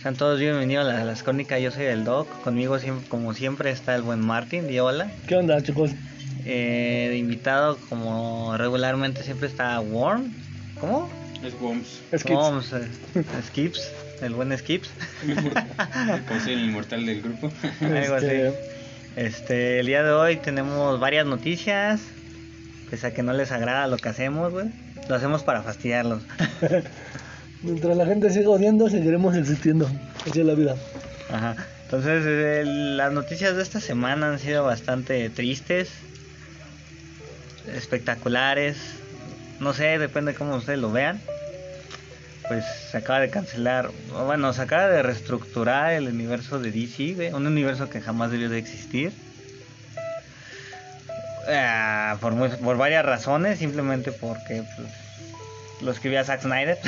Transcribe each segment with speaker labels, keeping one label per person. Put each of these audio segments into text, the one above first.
Speaker 1: Sean todos bienvenidos a Las Crónicas, yo soy el Doc, conmigo siempre- como siempre está el buen Martín Diola,
Speaker 2: ¿Qué onda, chicos?
Speaker 1: eh, de invitado como regularmente siempre está Worm, ¿cómo?
Speaker 3: Es Worms.
Speaker 2: Es que
Speaker 1: Worms, eh, Skips, el buen Skips,
Speaker 2: Ah,
Speaker 3: Como soy el inmortal del grupo.
Speaker 1: algo
Speaker 2: Este-
Speaker 1: así. Este, el día de hoy tenemos varias noticias, pese a que no les agrada lo que hacemos, güey, lo hacemos para fastidiarlos.
Speaker 2: mientras la gente siga odiando, seguiremos existiendo. Así es la vida.
Speaker 1: Ajá. Entonces, eh, las noticias de esta semana han sido bastante tristes, espectaculares. No sé, depende cómo ustedes lo vean. Pues se acaba de cancelar, o bueno, se acaba de reestructurar el universo de DC, güey, un universo que jamás debió de existir. Ah, por, mu- por varias razones, simplemente porque pues, lo escribía Zack Snyder.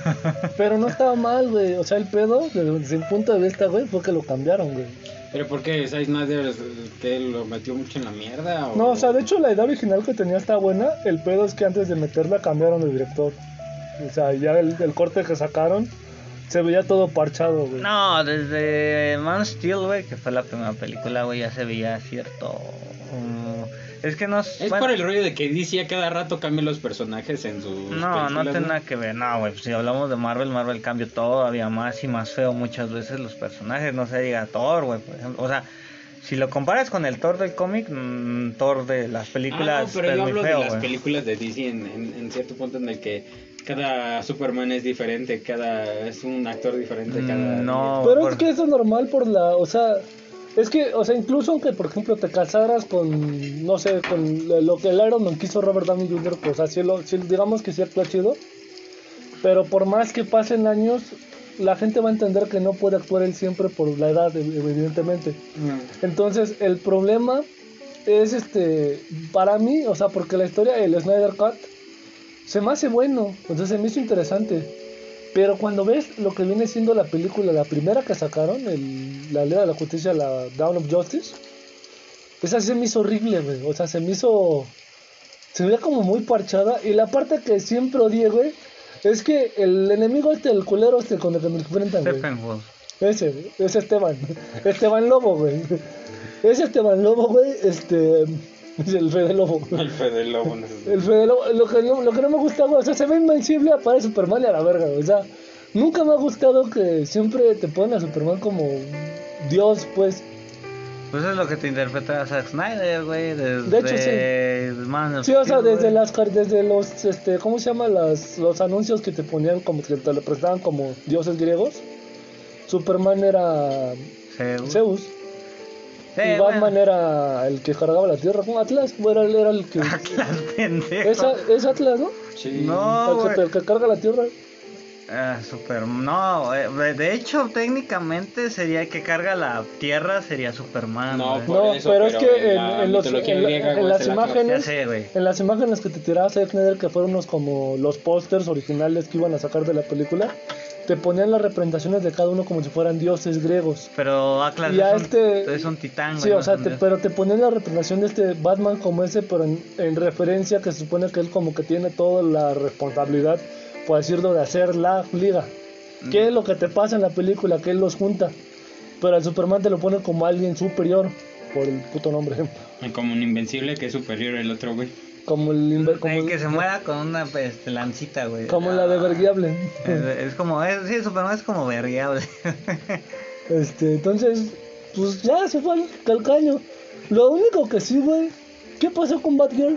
Speaker 2: Pero no estaba mal, güey. O sea, el pedo, desde mi punto de vista, güey, fue que lo cambiaron, güey.
Speaker 3: Pero ¿por qué Zack Snyder que lo metió mucho en la mierda?
Speaker 2: No, o sea, de hecho, la idea original que tenía está buena. El pedo es que antes de meterla cambiaron el director. O sea, ya el, el corte que sacaron se veía todo parchado, güey.
Speaker 1: No, desde Man of Steel, güey, que fue la primera película, güey, ya se veía cierto. mm, es que no.
Speaker 3: Es por el rollo de que DC a cada rato cambia los personajes en sus
Speaker 1: No, no
Speaker 3: películas,
Speaker 1: tiene nada que ver. No, güey, pues, si hablamos de Marvel, Marvel cambió todavía más y más feo muchas veces los personajes. No se diga Thor, güey, por ejemplo. O sea, si lo comparas con el Thor del cómic, mm, Thor de las
Speaker 3: Ah, no,
Speaker 1: películas
Speaker 2: pues,
Speaker 3: pero
Speaker 1: es
Speaker 3: yo
Speaker 1: muy
Speaker 3: hablo
Speaker 1: feo,
Speaker 3: de las
Speaker 1: güey.
Speaker 3: películas de DC en, en- en cierto punto en el que cada Superman es diferente, cada es un actor diferente,
Speaker 1: Mm,
Speaker 3: cada...
Speaker 1: no.
Speaker 2: Pero
Speaker 1: por-
Speaker 2: es que eso es normal por la, o sea, es que, o sea, incluso aunque por ejemplo te casaras con, no sé, con lo- lo que el Iron Man quiso Robert Downey Jr., pues así lo, sí, digamos que sí actúa chido, pero por más que pasen años, la gente va a entender que no puede actuar él siempre por la edad, ev- evidentemente.
Speaker 3: Mm.
Speaker 2: Entonces, el problema es este, para mí, o sea, porque la historia del Snyder Cut se me hace bueno, entonces se me hizo interesante. Pero cuando ves lo que viene siendo la película, la primera que sacaron, el- la Liga de la Justicia, la Down of Justice, esa se me hizo horrible, güey. O sea, se me hizo. Se veía como muy parchada. Y la parte que siempre odié, güey, es que el enemigo este, el culero este con el que nos enfrentan, güey.
Speaker 1: Steppenwolf.
Speaker 2: Ese, güey, es Esteban. Esteban Lobo, güey. Es Esteban Lobo, güey. Este. Es el Fede Lobo.
Speaker 3: El Fede Lobo. no sé.
Speaker 2: El Fede Lobo. Lo que, no, lo que no me gusta, güey. O sea, se ve invencible para Superman y a la verga, güey. O sea, nunca me ha gustado que siempre te ponen a Superman como Dios, pues.
Speaker 1: Pues eso es lo que te interpreta Zack Snyder, güey, desde
Speaker 2: De hecho,
Speaker 1: Man of
Speaker 2: Sí, o sea,
Speaker 1: Steel,
Speaker 2: desde
Speaker 1: güey.
Speaker 2: las car- desde los este, ¿cómo se llama? Las, los anuncios que te ponían como que te lo prestaban como dioses griegos. Superman era
Speaker 1: Zeus.
Speaker 2: Zeus.
Speaker 1: Sí,
Speaker 2: y Batman
Speaker 1: bueno.
Speaker 2: era el que cargaba la tierra. ¿Cómo? Atlas, bueno, él era el que.
Speaker 1: Atlas, pendejo.
Speaker 2: es, a- es Atlas, ¿no?
Speaker 3: Sí.
Speaker 1: No,
Speaker 2: el, que,
Speaker 1: güey.
Speaker 2: el que carga la tierra.
Speaker 1: Ah, super... No, eh, de de hecho, técnicamente sería el que carga la tierra, sería Superman.
Speaker 3: No,
Speaker 1: güey.
Speaker 3: Por
Speaker 2: no, pues,
Speaker 3: eso,
Speaker 2: pero es
Speaker 3: pero
Speaker 2: que
Speaker 3: en
Speaker 2: en,
Speaker 3: la
Speaker 2: en los-
Speaker 3: mitología
Speaker 2: en la-
Speaker 3: griega,
Speaker 2: en
Speaker 3: güey,
Speaker 2: las
Speaker 3: se la clava.
Speaker 1: Ya
Speaker 2: imágenes.
Speaker 1: sé, güey.
Speaker 2: En las imágenes que te tiraba Zack Snyder, que fueron unos como los pósters originales que iban a sacar de la película, te ponían las representaciones de cada uno como si fueran dioses griegos.
Speaker 1: Pero Atlas
Speaker 2: Y a
Speaker 1: es, un,
Speaker 2: este-
Speaker 1: es un titán, güey.
Speaker 2: Sí,
Speaker 1: no
Speaker 2: o sea,
Speaker 1: es un
Speaker 2: te-
Speaker 1: dios.
Speaker 2: pero te ponen la representación de este Batman como ese, pero en, en referencia que se supone que él como que tiene toda la responsabilidad, por decirlo, de hacer la liga.
Speaker 1: Mm.
Speaker 2: ¿Qué es lo que te pasa en la película? Que él los junta. Pero al Superman te lo pone como alguien superior, por el puto nombre.
Speaker 3: Como un invencible que es superior al otro, güey.
Speaker 2: Como el... inver- Como,
Speaker 1: El que
Speaker 2: el-
Speaker 1: se muera con una este, lancita, güey. Ah,
Speaker 2: como la de Verguiable.
Speaker 1: Es, es como, es, sí, Superman es como vergueable.
Speaker 2: Este, entonces, pues ya se fue al calcaño. Lo único que sí, güey, ¿qué pasó con Batgirl?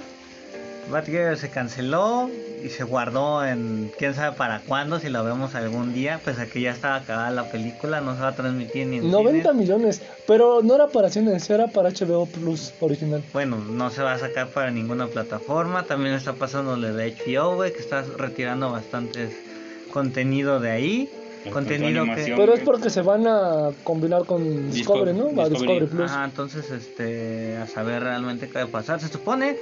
Speaker 1: Batgirl se canceló y se guardó en quién sabe para cuándo, si la vemos algún día, pese a que ya estaba acabada la película, no se va a transmitir ni en cines.
Speaker 2: 90 millones, pero no era para cines, era para HBO Plus original.
Speaker 1: Bueno, no se va a sacar para ninguna plataforma. También está pasando lo de HBO, güey, que está retirando bastantes contenido de ahí.
Speaker 3: Con
Speaker 1: Contenido
Speaker 3: tu
Speaker 1: que.
Speaker 3: animación.
Speaker 2: Pero es porque se van a combinar con
Speaker 3: Disco-
Speaker 2: Discovery, ¿no? A
Speaker 3: Discovery.
Speaker 2: Discovery Plus.
Speaker 1: Ajá, entonces, este, a saber realmente qué va a pasar. Se supone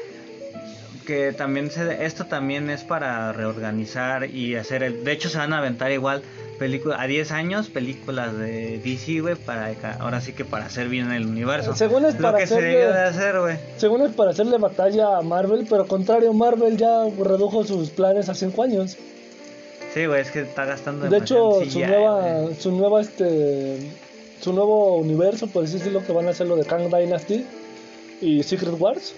Speaker 1: que también se, esto también es para reorganizar y hacer el. De hecho, se van a aventar igual películas a 10 años películas de DC, güey, para ca- ahora sí que para hacer bien el universo.
Speaker 2: Según es
Speaker 1: lo
Speaker 2: para
Speaker 1: que se
Speaker 2: hacerle-
Speaker 1: debió de hacer, güey.
Speaker 2: Según es para hacerle batalla a Marvel, pero contrario, Marvel ya redujo sus planes a 5 años.
Speaker 1: Sí, güey, es que está gastando
Speaker 2: De hecho,
Speaker 1: demasiado en
Speaker 2: su
Speaker 1: CGI, güey.
Speaker 2: nueva, su nueva, este, su nuevo universo, por así decirlo, que van a hacer lo de Kang Dynasty y Secret Wars,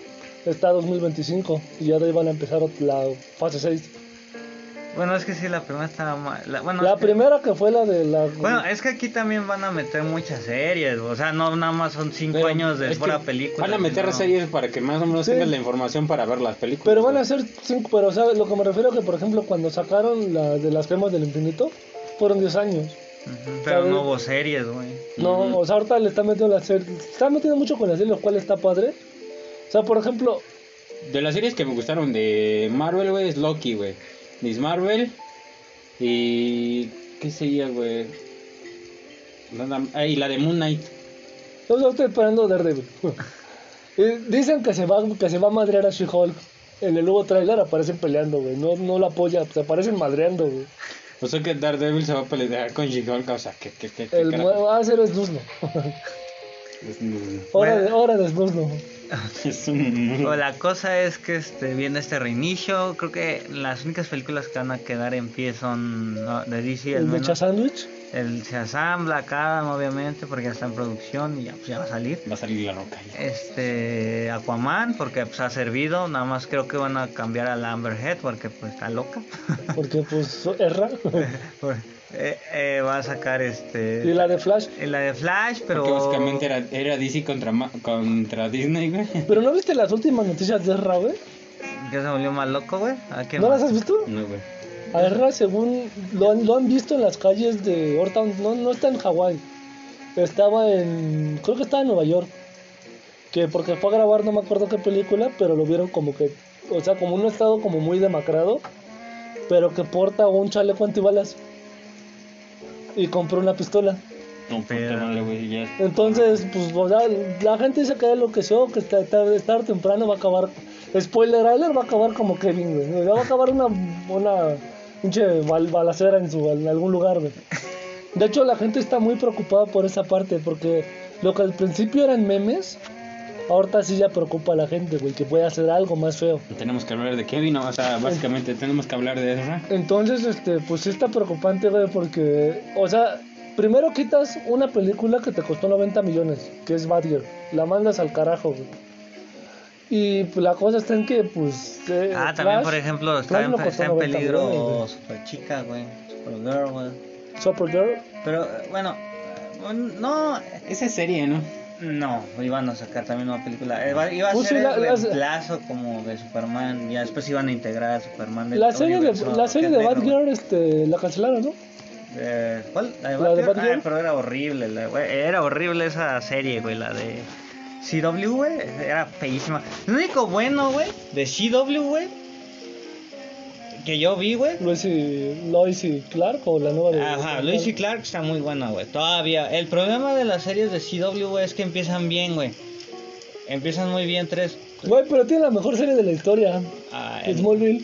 Speaker 2: está 2025 y ya de ahí van a empezar la fase 6.
Speaker 1: Bueno, es que sí, la primera estaba mal. la- bueno,
Speaker 2: la
Speaker 1: es que-
Speaker 2: primera que fue la de la...
Speaker 1: Bueno, es que aquí también van a meter muchas series, o sea, no nada más son cinco
Speaker 3: Pero
Speaker 1: años de
Speaker 3: es que
Speaker 1: pura película.
Speaker 3: Van a meter
Speaker 1: no.
Speaker 3: series para que más o menos
Speaker 2: Sí.
Speaker 3: tengas la información para ver las películas.
Speaker 2: Pero van a
Speaker 3: güey.
Speaker 2: ser cinco, pero ¿sabes? Lo que me refiero que, por ejemplo, cuando sacaron la de las gemas del infinito, fueron 10 años.
Speaker 1: Ujú, Pero
Speaker 2: ¿sabes?
Speaker 1: no hubo series, güey.
Speaker 2: No,
Speaker 3: Ujú.
Speaker 2: o sea, ahorita le están metiendo la serie, están metiendo mucho con la serie, lo cual está padre. O sea, por ejemplo,
Speaker 3: De las series que me gustaron de Marvel, güey, es Loki, güey. Miss Marvel. Y. ¿Qué sería, güey? Nada- ah, y la de Moon Knight.
Speaker 2: yo solo estoy esperando Daredevil. Eh, Dicen que se va, que se va a madrear a She-Hulk. En el nuevo tráiler aparecen peleando, güey. No, no la apoya, se aparecen madreando, güey.
Speaker 3: O sea que Daredevil se va a pelear con She-Hulk. O sea, que. que, que, que
Speaker 2: El
Speaker 3: carajo.
Speaker 2: nuevo va a ser Snusno.
Speaker 3: Es un-
Speaker 2: Hora
Speaker 1: Bueno.
Speaker 2: de, hora de Snusno.
Speaker 3: es un-
Speaker 1: O la cosa es que este viene este reinicio. Creo que las únicas películas que van a quedar en pie son no, de DC, al
Speaker 2: El de
Speaker 1: menos.
Speaker 2: Chasandwich.
Speaker 1: El Shazam, Black Adam, obviamente, porque ya está en producción y ya, pues, ya va a salir.
Speaker 3: Va a salir la roca. ahí.
Speaker 1: Este Aquaman, porque pues ha servido. Nada más creo que van a cambiar a la Amber Head, porque pues está loca.
Speaker 2: Porque, pues, erra.
Speaker 1: Por- eh, eh, va a sacar este.
Speaker 2: y la de Flash.
Speaker 1: eh, la de Flash, pero.
Speaker 3: Porque básicamente era, era DC contra, Ma- contra Disney, güey.
Speaker 2: Pero no viste las últimas noticias de Erra, güey.
Speaker 1: Ya se volvió más loco, güey. ¿A qué
Speaker 2: ¿No
Speaker 1: más?
Speaker 2: las has visto?
Speaker 3: No, güey.
Speaker 2: A Erra, según lo han, lo han visto en las calles de Orton, no, no está en Hawái, estaba en. Creo que estaba en Nueva York. Que porque fue a grabar, no me acuerdo qué película, pero lo vieron como que. O sea, como un estado como muy demacrado, pero que porta un chaleco antibalas. Y compró una pistola.
Speaker 3: No, puta
Speaker 1: Pero-
Speaker 3: madre, güey. Ya.
Speaker 2: Entonces, pues, o sea, la gente dice que es lo que sea, que ta- ta- tarde o temprano va a acabar. Spoiler alert, va a acabar como Kevin, güey. O sea, Va a acabar una. una pinche bal- balacera en, su, en algún lugar, güey. De hecho, la gente está muy preocupada por esa parte, porque lo que al principio eran memes, ahorita sí ya preocupa a la gente, güey, que puede hacer algo más feo.
Speaker 3: Tenemos que hablar de Kevin, ¿no? o sea, básicamente tenemos que hablar de Ezra.
Speaker 2: Entonces, este, pues sí está preocupante, güey, porque, o sea, primero quitas una película que te costó 90 millones, que es Badger, la mandas al carajo, güey. Y pues, la cosa está en que, pues. eh,
Speaker 1: Ah, también,
Speaker 2: Flash-
Speaker 1: por ejemplo, está
Speaker 2: Flash
Speaker 1: en,
Speaker 2: lo costó
Speaker 1: está en
Speaker 2: 90
Speaker 1: peligro
Speaker 2: millones,
Speaker 1: Super Chica, güey. Supergirl, güey.
Speaker 2: güey. Supergirl,
Speaker 1: Pero, eh, bueno, eh, no,
Speaker 3: Esa es serie, ¿no?
Speaker 1: no, iban a sacar también una película. Eh, va- Iba a
Speaker 2: Pues
Speaker 1: ser
Speaker 2: sí, la-
Speaker 1: el
Speaker 2: las-
Speaker 1: reemplazo como de Superman. Ya después iban a integrar a Superman. del
Speaker 2: la serie, de,
Speaker 1: universo,
Speaker 2: la serie
Speaker 1: que
Speaker 2: de
Speaker 1: es negro, güey.
Speaker 2: Batgirl, este, la cancelaron, ¿no?
Speaker 1: Eh, ¿Cuál? ¿La de
Speaker 2: ¿La de
Speaker 1: Batgirl?
Speaker 2: Batgirl?
Speaker 1: Ah, pero era horrible. la- güey, era horrible esa serie, güey, la de CW, güey. Era feísima. Lo único bueno, güey, de CW, güey, que yo vi, güey.
Speaker 2: Lois y, Lois y Clark, o la nueva de.
Speaker 1: Ajá, Luis y Clark está muy buena, güey. Todavía. El problema de las series de CW, güey, es que empiezan bien, güey. Empiezan muy bien tres.
Speaker 2: Güey, pero tiene la mejor serie de la historia,
Speaker 1: Ah, el-
Speaker 2: Smallville.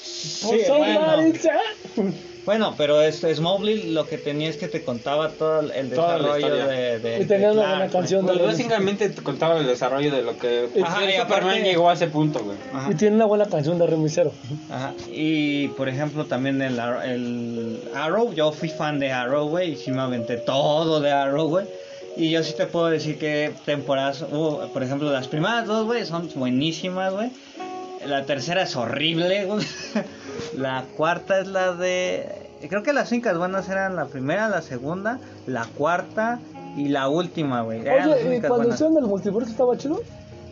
Speaker 1: Sí,
Speaker 2: Oh,
Speaker 1: bueno.
Speaker 2: somebody, ah.
Speaker 1: Bueno, pero este Smallville lo que tenía es que te contaba todo el
Speaker 3: Toda la
Speaker 1: desarrollo
Speaker 3: historia.
Speaker 1: de, de-
Speaker 2: Y tenía
Speaker 1: de
Speaker 2: una
Speaker 1: Clark,
Speaker 2: buena
Speaker 1: güey.
Speaker 2: canción.
Speaker 3: Pues
Speaker 2: de-
Speaker 3: básicamente te contaba el desarrollo de lo que
Speaker 1: Ajá,
Speaker 3: por qué
Speaker 1: y
Speaker 3: Superman
Speaker 1: aparte-
Speaker 3: llegó a ese punto, güey.
Speaker 1: Ajá.
Speaker 2: Y tiene una buena canción de Remisero.
Speaker 1: Ajá, Y por ejemplo también el, Ar- el Arrow, yo fui fan de Arrow, güey, y sí me aventé todo de Arrow, güey. Y yo sí te puedo decir que temporadas, hubo, por ejemplo, las primeras dos, güey, son buenísimas, güey. La tercera es horrible, güey. La cuarta es la de... Creo que las únicas buenas eran la primera, la segunda, la cuarta y la última, güey. Eran las
Speaker 2: Oye, ¿y
Speaker 1: únicas
Speaker 2: cuando
Speaker 1: buenas.
Speaker 2: hicieron el multiverso estaba chido?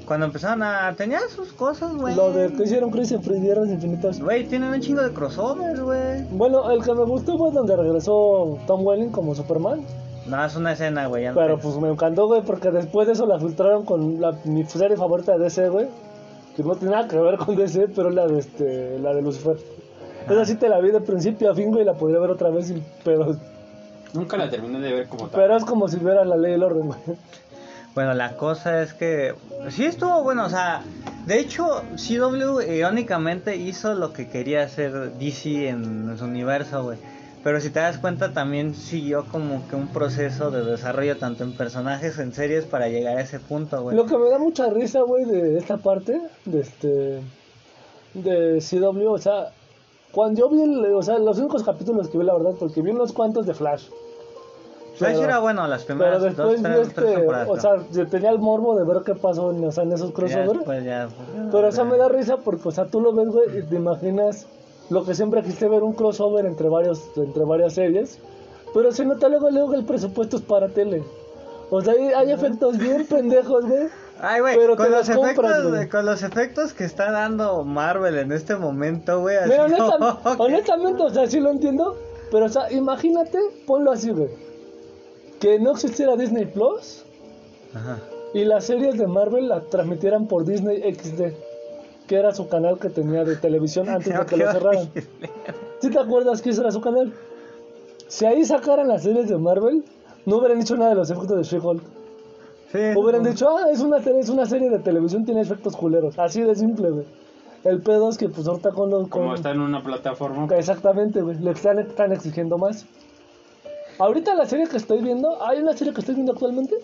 Speaker 1: Cuando empezaron a... Tenían sus cosas, güey.
Speaker 2: Lo de que hicieron Crisis en Freddy Guerras Infinitas.
Speaker 1: Güey, tienen un chingo de crossovers, güey.
Speaker 2: Bueno, el que me gustó fue donde regresó Tom Welling como Superman.
Speaker 1: No, es una escena, güey. ya no
Speaker 2: Pero
Speaker 1: te-
Speaker 2: pues me encantó, güey, porque después de eso la filtraron con la, mi serie favorita de DC, güey. Que no tiene nada que ver con DC, pero es la de, este, la de Lucifer.
Speaker 1: Ah.
Speaker 2: Esa sí te la vi de principio a fin, güey, y la podría ver otra vez, sin pero,
Speaker 3: Nunca la terminé de ver como tal.
Speaker 2: pero es como si viera la ley y el orden, güey.
Speaker 1: Bueno, la cosa es que pues, sí estuvo bueno, o sea, de hecho, CW irónicamente hizo lo que quería hacer DC en su universo, güey. Pero si te das cuenta, también siguió como que un proceso de desarrollo tanto en personajes, en series, para llegar a ese punto, güey.
Speaker 2: Lo que me da mucha risa, güey, de esta parte, de este. de CW, o sea, Cuando yo vi, el- o sea, los únicos capítulos que vi, la verdad, porque vi unos cuantos de Flash.
Speaker 1: Flash
Speaker 2: Pero-
Speaker 1: era bueno las
Speaker 2: Pero
Speaker 1: primeras
Speaker 2: después
Speaker 1: dos,
Speaker 2: vi
Speaker 1: tres, tres
Speaker 2: este,
Speaker 1: temporadas.
Speaker 2: o sea, yo tenía el morbo de ver qué pasó en, o sea, en esos
Speaker 1: ¿no? Ya
Speaker 2: crossovers.
Speaker 1: después ya- pues,
Speaker 2: Pero esa me da risa porque, o sea, tú lo ves, güey, y te imaginas lo que siempre quisiste ver, un crossover entre, varios, entre varias series. Pero se nota luego, luego que el presupuesto es para tele. O sea, hay, hay efectos bien pendejos, güey.
Speaker 1: Ay, güey,
Speaker 2: pero
Speaker 1: con
Speaker 2: te
Speaker 1: los
Speaker 2: las
Speaker 1: efectos,
Speaker 2: compras, güey.
Speaker 1: güey, con los efectos que está dando Marvel en este momento, güey. así
Speaker 2: Mira, honesta-
Speaker 1: como que-
Speaker 2: honestamente, o sea, sí lo entiendo. Pero, o sea, imagínate, ponlo así, güey. Que no existiera Disney Plus
Speaker 1: Ajá.
Speaker 2: y las series de Marvel las transmitieran por Disney XD. Que era su canal que tenía de televisión antes de que lo cerraran. ¿Sí te acuerdas que ese era su canal? Si ahí sacaran las series de Marvel, no hubieran dicho nada de los efectos de She-Hulk.
Speaker 1: Sí,
Speaker 2: Hubieran
Speaker 1: Eh, no.
Speaker 2: dicho, ah, es una, tele- es una serie de televisión, tiene efectos culeros. Así de simple, güey. El pedo es que, pues, ahorita con los...
Speaker 3: Como
Speaker 2: con-
Speaker 3: está en una plataforma.
Speaker 2: Exactamente, güey. Le están, están exigiendo más. Ahorita la serie que estoy viendo, hay una serie que estoy viendo actualmente.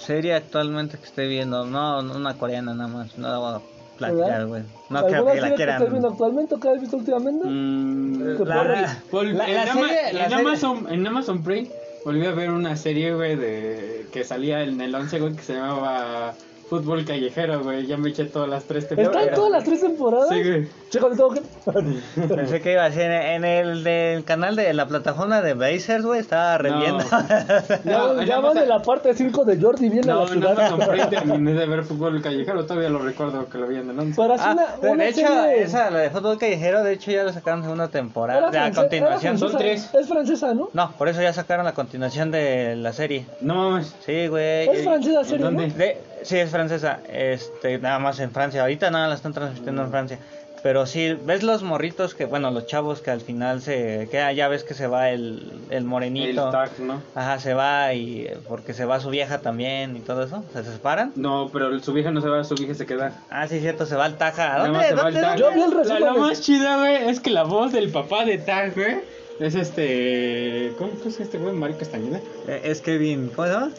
Speaker 1: Serie actualmente que estoy viendo, no, no, una coreana nada más, no la voy a platicar,
Speaker 2: ¿Verdad?
Speaker 1: güey. No
Speaker 2: ¿Alguna
Speaker 1: creo que
Speaker 2: serie
Speaker 1: la
Speaker 2: que
Speaker 1: quieran.
Speaker 2: estás viendo actualmente o que has visto últimamente?
Speaker 3: Mm,
Speaker 2: Que
Speaker 1: La-
Speaker 2: por-
Speaker 3: Vol-
Speaker 1: la-
Speaker 3: en,
Speaker 1: la
Speaker 3: Ama-
Speaker 1: serie- la
Speaker 3: en
Speaker 1: serie-
Speaker 3: Amazon, en Amazon Prime volví a ver una serie, güey, de, que salía en el 11, güey, que se llamaba Fútbol Callejero, güey. Ya me eché todas las tres
Speaker 2: ¿Están
Speaker 3: temporadas.
Speaker 2: todas las tres temporadas?
Speaker 3: eh, Sí, güey.
Speaker 2: Checo, ¿te tengo que...
Speaker 1: Pensé que iba a ser en el del canal de la plataforma de Blazers, güey, estaba re
Speaker 3: No.
Speaker 1: bien.
Speaker 3: No,
Speaker 2: ya
Speaker 3: en
Speaker 2: ya
Speaker 3: Amazon-
Speaker 2: van de la parte 5 de Jordi, viene a
Speaker 3: No,
Speaker 2: la
Speaker 3: en
Speaker 2: ciudad.
Speaker 3: Amazon Prime terminé de ver Fútbol Callejero. Todavía lo recuerdo que lo vi en el 11.
Speaker 2: Pero así
Speaker 1: Ah,
Speaker 2: una, una
Speaker 1: de hecho,
Speaker 2: serie-
Speaker 1: esa, la de fútbol callejero, de hecho ya lo sacaron en una
Speaker 2: era
Speaker 1: temporada, de a
Speaker 2: francesa-
Speaker 1: continuación.
Speaker 2: era
Speaker 3: son
Speaker 2: francesa,
Speaker 3: tres.
Speaker 2: Es francesa, ¿no?
Speaker 1: No, por eso ya sacaron la continuación de la serie.
Speaker 3: No mames.
Speaker 1: Sí, güey.
Speaker 2: Es francesa
Speaker 1: eh,
Speaker 2: la
Speaker 3: ¿en
Speaker 2: serie,
Speaker 3: dónde?
Speaker 2: ¿no?
Speaker 1: De- sí, es francesa. Este, nada más en Francia. Ahorita nada, la están transmitiendo en Francia. Pero sí, ves los morritos que, bueno, los chavos que al final se. Que ah, ya ves que se va el, el
Speaker 3: El
Speaker 1: morenito.
Speaker 3: tag, ¿no?
Speaker 1: Ajá, se va y. Porque se va su vieja también y todo eso. O sea, se separan.
Speaker 3: No, pero su vieja no se va, su vieja se queda.
Speaker 1: Ah, sí, cierto, se va el taja. ¿A
Speaker 3: Nada
Speaker 1: dónde?
Speaker 3: más se va
Speaker 1: ¿Dónde?
Speaker 3: el
Speaker 1: dónde?
Speaker 3: Tag.
Speaker 2: Yo vi el
Speaker 3: La-
Speaker 2: resumen.
Speaker 3: Lo más chida, güey, es que la voz del papá de Tag, güey, es este. ¿Cómo crees que este güey, Mario Castañeda?
Speaker 1: Eh, es Kevin. ¿Cómo se llama?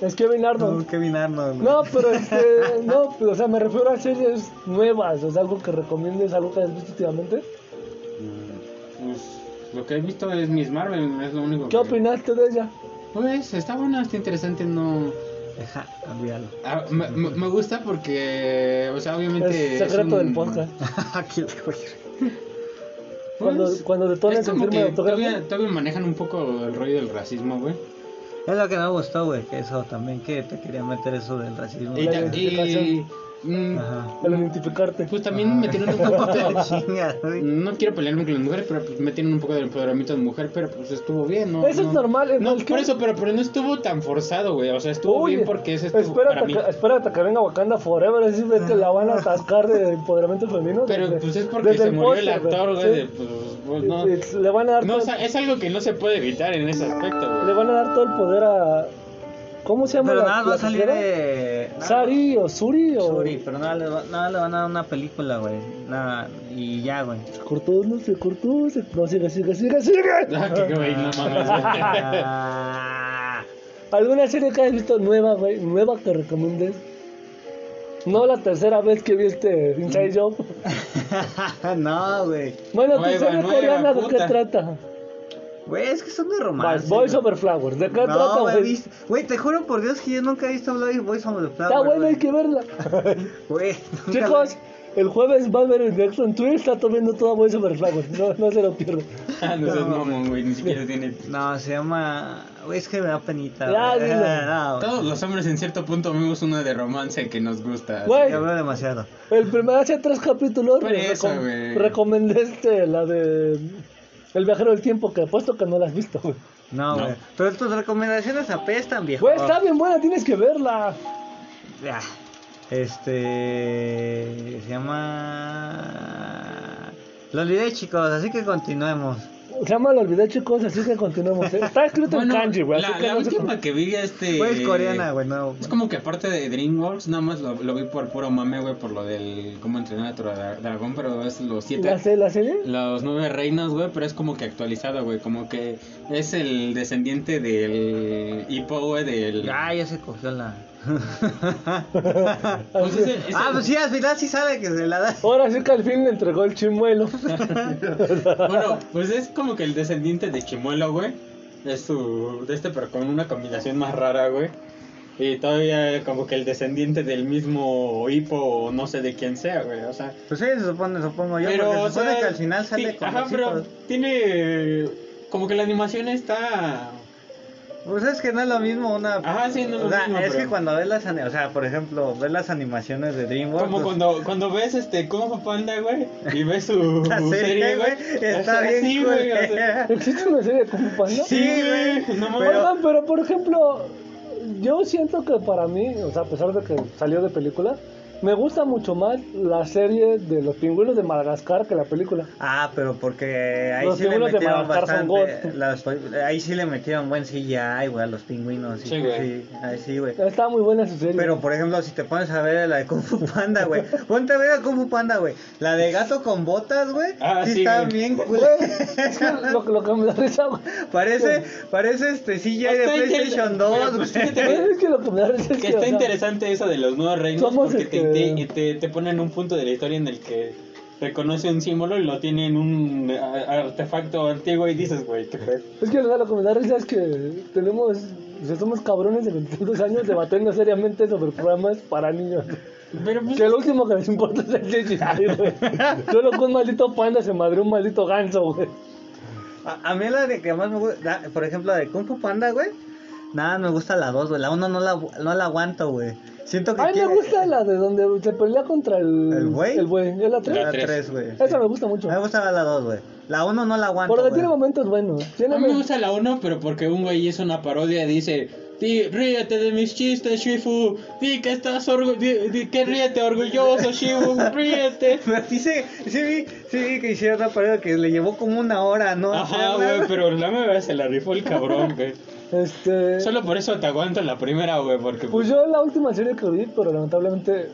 Speaker 2: Es Kevin Arnold.
Speaker 1: Kevin Arnold.
Speaker 2: No, pero este, no, pero, o sea, me refiero a series nuevas, o sea, algo que recomiendes, algo que has visto últimamente.
Speaker 3: Mm, Pues, lo que he visto es Miss Marvel, es lo único.
Speaker 2: ¿Qué
Speaker 3: que-
Speaker 2: opinaste de ella?
Speaker 3: Pues está buena, está interesante, no.
Speaker 1: Deja, olvídalo.
Speaker 3: Ah, me, me- me gusta porque, o sea, obviamente.
Speaker 2: Es secreto
Speaker 3: un-
Speaker 2: del podcast.
Speaker 1: Aquí, güey.
Speaker 3: Pues,
Speaker 2: Cuando, cuando detones
Speaker 3: es
Speaker 2: en
Speaker 3: como
Speaker 2: firma
Speaker 3: que
Speaker 2: de autógrafo.
Speaker 3: todavía, todavía manejan un poco el rollo del racismo, güey.
Speaker 1: Es lo que no me gustó, güey. Que eso también, que te quería meter eso del racismo.
Speaker 3: Y,
Speaker 2: la
Speaker 3: ta- y-
Speaker 2: identificación.
Speaker 3: mm,
Speaker 1: Ajá.
Speaker 2: Al identificarte.
Speaker 3: Pues también metieron un poco de.
Speaker 1: Chinga, güey.
Speaker 2: Mm.
Speaker 3: No quiero pelearme con las mujeres, pero pues metieron un poco del empoderamiento de mujer, pero pues estuvo bien, ¿no?
Speaker 2: Eso es
Speaker 3: No-
Speaker 2: normal, en
Speaker 3: No,
Speaker 2: cualquier-
Speaker 3: por eso, pero, pero no estuvo tan forzado, güey. O sea, estuvo
Speaker 2: Oye,
Speaker 3: bien porque ese estuvo para
Speaker 2: espérate,
Speaker 3: mí.
Speaker 2: que, espérate que venga Wakanda Forever, así ves que la van a atascar de empoderamiento femenino.
Speaker 3: Pero
Speaker 2: desde-
Speaker 3: pues es porque
Speaker 2: desde
Speaker 3: se murió el
Speaker 2: póster,
Speaker 3: actor,
Speaker 2: sí.
Speaker 3: güey. de, Pues, pues, no.
Speaker 2: Es- Le van a dar
Speaker 3: No, o
Speaker 2: todo-
Speaker 3: sea, es algo que no se puede evitar en ese aspecto,
Speaker 2: le
Speaker 3: güey.
Speaker 2: van a dar todo el poder a ¿Cómo se llama
Speaker 1: Pero
Speaker 2: la-
Speaker 1: nada,
Speaker 2: la
Speaker 1: va a salir
Speaker 2: tijera?
Speaker 1: de.
Speaker 2: Sari o Suri o
Speaker 1: Sorry, pero nada, le va- nada le van a dar una película, güey. Nada, y ya, güey.
Speaker 2: Se cortó, no se cortó, se... no sigue, sigue, sigue, sigue.
Speaker 3: Ah, que güey, no mames.
Speaker 1: Ah,
Speaker 2: ¿Alguna serie que has visto nueva, güey? Nueva que recomiendes. No la tercera vez que viste Inside Job.
Speaker 1: no, güey.
Speaker 2: Bueno, tu
Speaker 3: Nueva,
Speaker 2: serie
Speaker 3: nueva,
Speaker 2: coreana, ¿de qué
Speaker 3: puta.
Speaker 2: trata?
Speaker 1: Güey, es que son de romance.
Speaker 2: Vas, Boys
Speaker 1: güey.
Speaker 2: Over Flowers, ¿de qué trata,
Speaker 1: No, güey,
Speaker 2: güey?
Speaker 1: viste- güey, te juro por Dios que yo nunca he visto hablar de Boys on the Flower.
Speaker 2: Está bueno, hay
Speaker 1: güey.
Speaker 2: que verla.
Speaker 1: Güey, nunca
Speaker 2: Chicos, el jueves va a ver el Jackson Twitch, está tomando todo Boys Over Flowers. No, no se lo pierdan.
Speaker 3: Ah, no seas mamón, güey, ni siquiera tiene.
Speaker 1: la- No, se llama. Güey, es que me da penita.
Speaker 2: Ya,
Speaker 1: güey.
Speaker 2: dilo.
Speaker 1: Eh, no, güey.
Speaker 3: Todos los hombres en cierto punto vemos una de romance que nos gusta.
Speaker 2: Güey,
Speaker 1: Ya veo demasiado.
Speaker 2: el primer hace tres capítulos
Speaker 3: Por eso,
Speaker 2: recom-
Speaker 3: güey.
Speaker 2: recomendé este, la de El viajero del tiempo, que apuesto que no la has visto, güey.
Speaker 1: No,
Speaker 3: No.
Speaker 1: güey. Pero tus recomendaciones apestan, viejo.
Speaker 2: Güey, está bien buena, tienes que verla.
Speaker 1: Ah, Este. Se llama. Lo olvidé, chicos, así que continuemos.
Speaker 2: Ya me lo olvidé, chicos, así que continuemos. ¿eh? Está escrito
Speaker 3: Bueno,
Speaker 2: en kanji, güey. así
Speaker 3: la,
Speaker 2: que
Speaker 3: la
Speaker 2: no sé cómo-
Speaker 3: última que vi este.
Speaker 1: Güey, es coreana, güey, no.
Speaker 3: Es como que aparte de DreamWorks, nada más lo, lo vi por puro mame, güey, por lo del cómo entrenar a tu dra- dragón, pero es los siete,
Speaker 2: ¿La, se- la serie?
Speaker 3: los nueve reinos, güey, pero es como que actualizado, güey, como que es el descendiente del hipo, güey, del...
Speaker 1: Ah, ya se cogió la.
Speaker 3: Pues ese- ese-
Speaker 1: Ah, pues sí, al final sí sabe que se la da.
Speaker 2: Ahora sí que al fin le entregó el chimuelo.
Speaker 3: Bueno, pues es como que el descendiente de Chimuelo, güey. Es su. De este, pero con una combinación más rara, güey. Y todavía como que el descendiente del mismo hipo o no sé de quién sea, güey. O sea.
Speaker 1: Pues sí, se supone, supongo yo,
Speaker 3: pero
Speaker 1: porque se
Speaker 3: o
Speaker 1: supone
Speaker 3: sea,
Speaker 1: que al final sale
Speaker 3: ti-
Speaker 1: con
Speaker 3: Ajá,
Speaker 1: los
Speaker 3: pero
Speaker 1: hijos.
Speaker 3: tiene. Como que la animación está.
Speaker 1: Pues es que no es lo mismo una...
Speaker 3: Ajá, sí, no es
Speaker 1: o
Speaker 3: lo
Speaker 1: sea,
Speaker 3: mismo,
Speaker 1: es
Speaker 3: pero-
Speaker 1: que cuando ves las... ani- O sea, por ejemplo, ves las animaciones de DreamWorks...
Speaker 3: Como
Speaker 1: pues,
Speaker 3: cuando, cuando ves este Kung Fu Panda, güey, y ves su
Speaker 1: La serie,
Speaker 3: serie, güey.
Speaker 1: güey,
Speaker 3: o
Speaker 1: está
Speaker 3: sea,
Speaker 1: bien
Speaker 3: sí, güey, o sea,
Speaker 1: culera.
Speaker 2: ¿Existe una serie de Kung Fu Panda?
Speaker 1: Sí, güey,
Speaker 3: no mames.
Speaker 1: pero-
Speaker 2: Oigan, pero por ejemplo, yo siento que para mí, o sea, a pesar de que salió de película, me gusta mucho más la serie de los pingüinos de Madagascar que la película.
Speaker 1: Ah, pero porque ahí
Speaker 2: Los
Speaker 1: sí le
Speaker 2: pingüinos de
Speaker 1: metieron
Speaker 2: Madagascar son
Speaker 1: bastante...
Speaker 2: God.
Speaker 1: las- ahí sí le metieron buen CGI, güey, a los pingüinos. y-
Speaker 3: Sí, güey.
Speaker 1: ahí sí, güey.
Speaker 2: Estaba muy buena su serie.
Speaker 1: Pero, por ejemplo, si te pones a ver la de Kung Fu Panda, güey. Ponte a ver a Kung Fu Panda, güey. La de gato con botas, güey.
Speaker 3: Ah,
Speaker 1: sí,
Speaker 3: sí,
Speaker 1: está
Speaker 3: güey.
Speaker 1: bien, güey.
Speaker 2: Güey, es que lo, lo que me da risa, güey,
Speaker 1: Parece,
Speaker 2: Pues,
Speaker 1: parece este CGI de
Speaker 3: Está inter-
Speaker 1: PlayStation
Speaker 3: Pero,
Speaker 1: 2,
Speaker 3: pues,
Speaker 1: güey.
Speaker 3: fíjate, güey,
Speaker 2: es que lo que me da risa es
Speaker 3: que
Speaker 2: que,
Speaker 3: está
Speaker 2: o sea,
Speaker 3: interesante eso de los nuevos reinos
Speaker 2: somos
Speaker 3: porque
Speaker 2: este-
Speaker 3: te, inte- te, te ponen un punto de la historia en el que reconoce un símbolo y lo tiene en un a- artefacto antiguo y dices, güey, qué pedo.
Speaker 2: Es que o sea, lo que me da risa es que tenemos, o sea, somos cabrones de 22 años debatiendo seriamente sobre programas para niños.
Speaker 3: Pero pues,
Speaker 2: Que lo último que les importa es el CGI, güey. Solo que un maldito panda se madre un maldito ganso, güey.
Speaker 1: A, a mí la de que más me gusta, la- por ejemplo, la de Kung Fu Panda, güey. Nada, me gusta la 2, güey. La 1 no la, no la aguanto, güey. Siento que
Speaker 2: A mí me
Speaker 1: quiere-
Speaker 2: gusta la de donde se pelea contra el.
Speaker 1: ¿El buey?
Speaker 2: El buey, es la 3.
Speaker 1: la
Speaker 3: La tres.
Speaker 1: 3, güey.
Speaker 2: Esa me gusta mucho.
Speaker 1: Me gusta la 2, güey. La 1 no la aguanto,
Speaker 2: Porque tiene
Speaker 1: güey.
Speaker 2: momentos buenos. Tiene
Speaker 3: a mí me gusta la 1, pero porque un güey hizo una parodia y dice, di, ríete de mis chistes, Shifu, di que estás orgulloso, di que ríete orgulloso, Shifu, ríete.
Speaker 1: Pero sí, se, sí, vi, sí vi que hicieron una pared que le llevó como una hora, ¿no?
Speaker 3: Ajá,
Speaker 1: Hacerla.
Speaker 3: güey, pero la me se la rifó el cabrón, güey.
Speaker 2: Este.
Speaker 3: Solo por eso te aguanto la primera, güey, porque...
Speaker 2: Pues yo la última serie que vi, pero lamentablemente.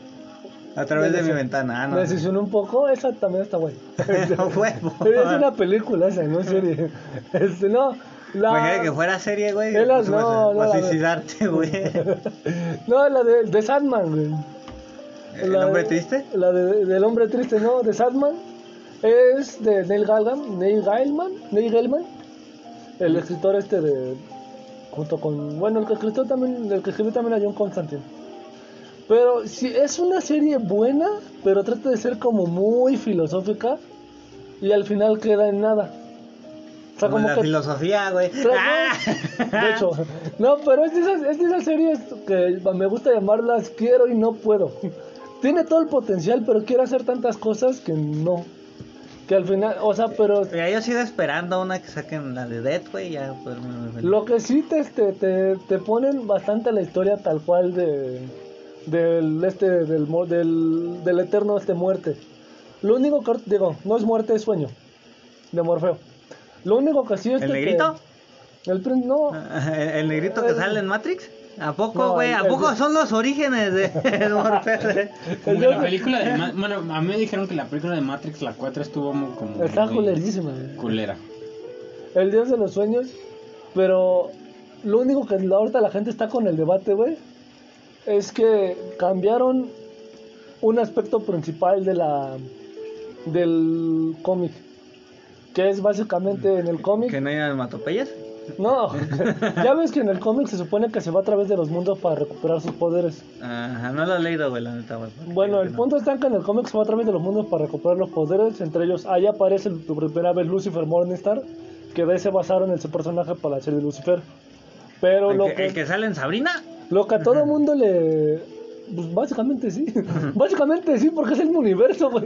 Speaker 1: A través de mi
Speaker 2: decepcionó-
Speaker 1: ventana, ah, no.
Speaker 2: Me decepcionó un poco. Esa también está buena.
Speaker 1: A huevo.
Speaker 2: es una película esa, no serie. Este, no. La...
Speaker 1: Imagínate Pues, eh, que fuera serie, güey.
Speaker 2: Él
Speaker 1: pues,
Speaker 2: las-
Speaker 1: vas a-
Speaker 2: no, no,
Speaker 1: vas a
Speaker 2: la-
Speaker 1: suicidarte, güey.
Speaker 2: No, la de, de Sandman, güey.
Speaker 1: ¿El
Speaker 2: La
Speaker 1: hombre
Speaker 2: de-
Speaker 1: triste?
Speaker 2: La de, del hombre triste, no, de Sandman. Es de Neil Gaiman, Neil Gaiman, Neil Gaiman,
Speaker 1: Mm.
Speaker 2: el escritor este de, junto con, bueno, el que escribió también, el que escribió también a John Constantine. Pero sí, es una serie buena, pero trata de ser como muy filosófica y al final queda en nada. O sea,
Speaker 1: Como
Speaker 2: como
Speaker 1: la
Speaker 2: que-
Speaker 1: filosofía, güey.
Speaker 2: Tra-
Speaker 1: ¡Ah!
Speaker 2: De hecho, no, pero es de, esas, es de esas series que me gusta llamarlas quiero y no puedo. Tiene todo el potencial, pero quiere hacer tantas cosas que no. Que al final, o sea, pero
Speaker 1: Mira, yo sigo esperando una que saquen la de Death, güey. Ya, pues. me- me-
Speaker 2: lo que sí te, este, te, te ponen bastante la historia tal cual de, del, este, del, mu- del, del eterno este muerte. Lo único que, digo, no es muerte, es sueño. De Morfeo. Lo único que sí es
Speaker 1: ¿El
Speaker 2: de que-
Speaker 1: negrito? Ah.
Speaker 2: El prin- no,
Speaker 1: ¿El, el negrito que
Speaker 2: Eh,
Speaker 1: sale en Matrix? ¿A
Speaker 2: no,
Speaker 1: poco, güey?
Speaker 2: el-
Speaker 1: ¿A
Speaker 2: el-
Speaker 1: poco son los orígenes de de Morpheus?
Speaker 3: Como
Speaker 2: Yo-
Speaker 3: la película de Ma- bueno, a mí me dijeron que la película de Matrix la 4 estuvo muy como
Speaker 2: Está
Speaker 3: muy
Speaker 2: culerísima. güey.
Speaker 3: culera.
Speaker 2: El dios de los sueños. Pero lo único que ahorita la gente está con el debate, güey. Es que cambiaron un aspecto principal de la del cómic. Que es básicamente en el
Speaker 1: ¿Que
Speaker 2: cómic.
Speaker 1: no hay almatopeyas?
Speaker 2: No, ya ves que en el cómic se supone que se va a través de los mundos para recuperar sus poderes.
Speaker 1: Ajá, no lo he leído, güey, la neta, güey.
Speaker 2: Bueno, el punto está en que en el cómic se va a través de los mundos para recuperar los poderes. Entre ellos, ahí aparece el- por primera vez Lucifer Morningstar, que de ahí se basaron en su personaje para la serie de Lucifer. Pero
Speaker 1: ¿El
Speaker 2: lo
Speaker 1: que, el
Speaker 2: que,
Speaker 1: que sale en Sabrina?
Speaker 2: lo que a todo mundo le. Pues básicamente sí. básicamente sí, porque es el mismo universo, güey.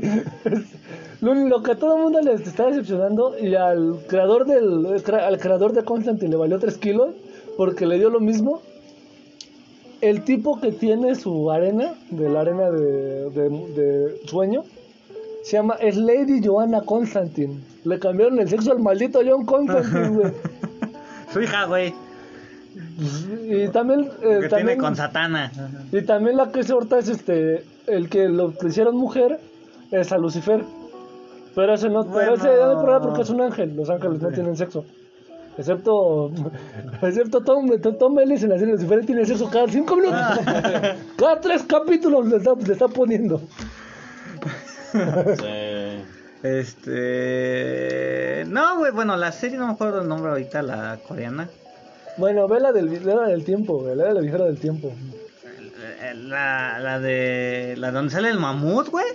Speaker 2: lo, lo que a todo mundo les está decepcionando y al creador del al creador de Constantine le valió 3 kilos porque le dio lo mismo el tipo que tiene su arena, de la arena de, de- de sueño, se llama es Lady Joanna Constantine. Le cambiaron el sexo al maldito John Constantine, güey.
Speaker 1: Su hija, güey.
Speaker 2: Y también. eh,
Speaker 1: Que tiene
Speaker 2: también-
Speaker 1: con Satana.
Speaker 2: y también la que se ahorita es este. El que lo hicieron mujer es a Lucifer. Pero ese no. Pero ese
Speaker 1: Bueno.
Speaker 2: no hay problema porque es un ángel. Los ángeles no tienen sexo. Excepto. Excepto Tom, Tom, Tom Ellis en la serie Lucifer tiene eso cada cinco minutos. cada tres capítulos le está, le está poniendo.
Speaker 3: Sí.
Speaker 1: Este. No, güey, bueno, la serie no me acuerdo el nombre ahorita, la coreana.
Speaker 2: Bueno, ve la del, la del tiempo, güey, la de la ligera del tiempo.
Speaker 1: Eh, La, la de. La donde sale el mamut, güey.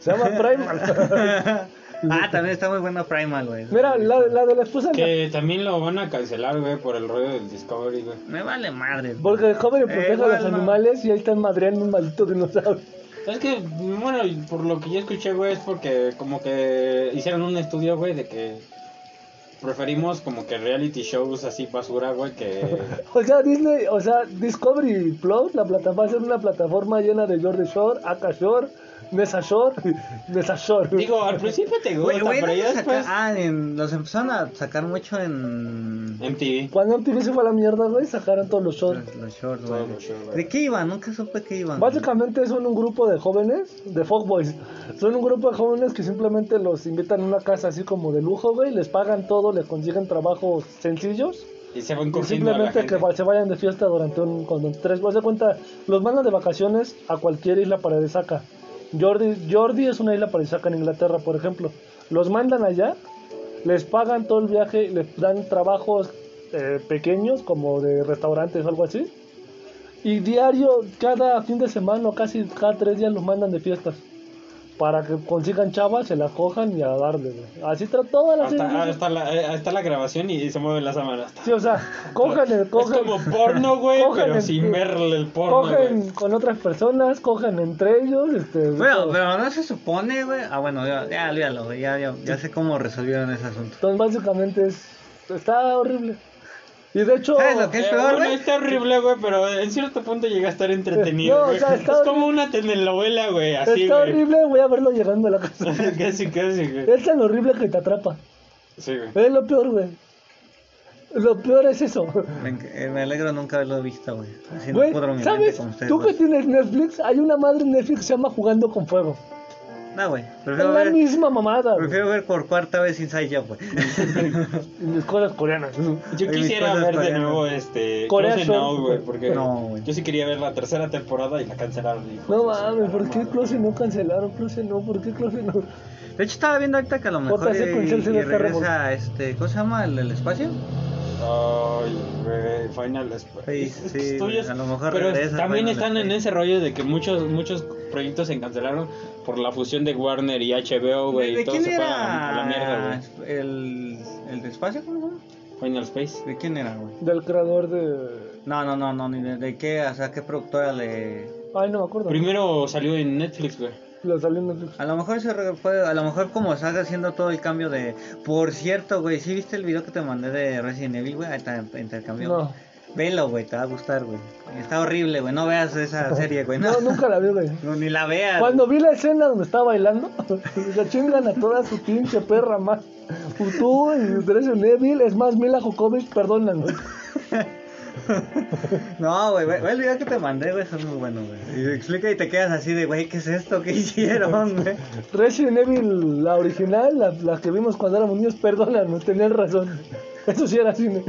Speaker 2: Se llama Primal.
Speaker 1: ah, también está muy buena Primal, güey.
Speaker 2: Mira, la, la de la esposa.
Speaker 3: Que también lo van a cancelar, güey, por el rollo del Discovery, güey.
Speaker 1: Me vale madre. güey.
Speaker 2: Porque el joven protege
Speaker 1: Eh,
Speaker 2: a los
Speaker 1: igual no.
Speaker 2: animales y ahí están madreando un maldito dinosaurio.
Speaker 3: Es que, bueno, y por lo que yo escuché, güey, es porque como que hicieron un estudio, güey, de que preferimos como que reality shows así basura, güey, que...
Speaker 2: O sea, Disney, o sea, Discovery Plus, la plataforma es una plataforma llena de Jordi Shore, Aka Shore, Nessa Shore, Nessa Shore.
Speaker 3: Digo, al principio te
Speaker 1: Güey,
Speaker 3: gusta,
Speaker 1: güey,
Speaker 3: pero
Speaker 1: ¿dónde
Speaker 3: ya
Speaker 1: saca-
Speaker 2: pues.
Speaker 3: después...
Speaker 1: Ah, en- los empezaron a sacar mucho en.
Speaker 3: MTV.
Speaker 2: Cuando MTV se fue a la mierda, güey, sacaron todos los shorts.
Speaker 1: Los, los shorts,
Speaker 3: Todos
Speaker 1: güey.
Speaker 3: los shorts, güey.
Speaker 1: ¿De qué iban? Nunca supe qué iban.
Speaker 2: Básicamente son un grupo de jóvenes, de fuckboys. Son un grupo de jóvenes que simplemente los invitan a una casa así como de lujo, güey, les pagan todo, les consiguen trabajos sencillos.
Speaker 3: Y se van
Speaker 2: Y
Speaker 3: cogiendo a la
Speaker 2: simplemente
Speaker 3: gente.
Speaker 2: que va- se vayan de fiesta durante un cuando tres vas de cuenta los mandan de vacaciones a cualquier isla paradisíaca Jordi Jordi es una isla paradisíaca en Inglaterra por ejemplo los mandan allá les pagan todo el viaje les dan trabajos eh, pequeños como de restaurantes o algo así y diario cada fin de semana o casi cada tres días los mandan de fiestas para que consigan chavas se las cojan y a darle güey. así está toda la serie
Speaker 3: Hasta, hasta, la, eh, hasta la grabación y se mueven las cámaras.
Speaker 2: Sí, o sea, cójanle,
Speaker 3: Es
Speaker 2: cójanle.
Speaker 3: como porno, güey,
Speaker 2: Cogen
Speaker 3: pero
Speaker 2: el-
Speaker 3: sin verle el porno,
Speaker 2: cogen
Speaker 3: güey.
Speaker 2: con otras personas, cogen entre ellos, este,
Speaker 1: Bueno,
Speaker 2: todo.
Speaker 1: pero no se supone, güey. Ah, bueno, ya, ya olvídalo, güey. Ya, ya, ya sé cómo resolvieron ese asunto.
Speaker 2: entonces básicamente es, está horrible. Y de hecho,
Speaker 1: ¿Sabes lo que
Speaker 3: Eh,
Speaker 1: es peor,
Speaker 3: bueno,
Speaker 1: güey?
Speaker 3: está horrible, güey, pero en cierto punto llega a estar entretenido,
Speaker 2: No, o
Speaker 3: güey.
Speaker 2: sea, está
Speaker 3: es
Speaker 2: horrible.
Speaker 3: como una telenovela, güey,
Speaker 2: está
Speaker 3: así, güey.
Speaker 2: horrible, voy a verlo llegando a la casa.
Speaker 3: casi, casi, güey.
Speaker 2: es tan horrible que te atrapa.
Speaker 3: Sí, güey.
Speaker 2: Es lo peor, güey. Lo peor es eso.
Speaker 1: Me, enc- eh, me alegro nunca haberlo visto, güey. Así
Speaker 2: Güey,
Speaker 1: no pudro mi mente
Speaker 2: ¿sabes?
Speaker 1: como ustedes.
Speaker 2: Tú que
Speaker 1: dos.
Speaker 2: tienes Netflix, hay una madre en Netflix que se llama Jugando con Fuego.
Speaker 1: No, güey.
Speaker 2: Es
Speaker 1: Prefiero
Speaker 2: la
Speaker 1: ver,
Speaker 2: misma mamada. güey.
Speaker 1: prefiero ver por cuarta vez Inside Job, güey.
Speaker 2: Y mis cosas coreanas.
Speaker 3: Yo
Speaker 1: Hay mis
Speaker 3: quisiera
Speaker 1: cosas
Speaker 3: ver de
Speaker 1: coreanas.
Speaker 3: nuevo este.
Speaker 2: Corea
Speaker 3: Close
Speaker 2: Shore.
Speaker 3: Now, güey, porque
Speaker 1: No, güey.
Speaker 3: yo sí quería ver la tercera temporada y la cancelaron. hijo
Speaker 2: No
Speaker 3: de su
Speaker 2: mames, ¿por qué
Speaker 3: madre.
Speaker 2: Close no cancelaron? Close no, ¿por qué Close no?
Speaker 1: De hecho, estaba viendo ahorita que a lo mejor
Speaker 2: Otra
Speaker 1: y,
Speaker 2: secuencia
Speaker 1: y
Speaker 2: se me está
Speaker 1: regresa este... ¿Cómo se llama? ¿El, el espacio?
Speaker 3: Ay, güey, Final Space.
Speaker 1: Sí,
Speaker 3: Es
Speaker 1: sí,
Speaker 3: que es
Speaker 1: güey,
Speaker 3: tuyos,
Speaker 1: a lo mejor
Speaker 3: Pero
Speaker 1: regresa
Speaker 3: también
Speaker 1: Final
Speaker 3: están en
Speaker 1: Space.
Speaker 3: ese rollo de que muchos muchos proyectos se cancelaron por la fusión de Warner y HBO,
Speaker 1: ¿De-
Speaker 3: güey.
Speaker 1: ¿De
Speaker 3: y todo
Speaker 1: quién
Speaker 3: se fue a la mierda,
Speaker 1: era
Speaker 3: güey.
Speaker 1: el, el de espacio? ¿Cómo se llama?
Speaker 3: Final Space.
Speaker 1: ¿De quién era, güey?
Speaker 2: Del creador de.
Speaker 1: No, no, no, no, ni de, de qué, o sea, qué productora le...
Speaker 2: Ay, no me acuerdo.
Speaker 3: Primero salió en Netflix, güey.
Speaker 2: Lo salió en Netflix.
Speaker 1: A lo mejor se re- fue, a lo mejor como salga haciendo todo el cambio de... Por cierto, güey, ¿sí viste el video que te mandé de Resident Evil, güey? Ahí está, intercambio.
Speaker 2: No.
Speaker 1: Velo, güey, te va a gustar, güey. Está horrible, güey, no veas esa serie, güey. No,
Speaker 2: No, nunca la vi, güey.
Speaker 1: No, ni la veas.
Speaker 2: Cuando vi la escena donde estaba bailando, la chingan a toda su pinche perra más. Tú y Resident Evil, es más, Mila Jokovic, perdónalo.
Speaker 1: No, güey, ve, ve el video que te mandé, güey, eso es muy bueno, güey. Y te explica y te quedas así de, güey, ¿qué es esto? ¿Qué hicieron, güey?
Speaker 2: Resident Evil, la original, la, la que vimos cuando éramos niños, perdónalo, tenían razón. Eso sí era cine.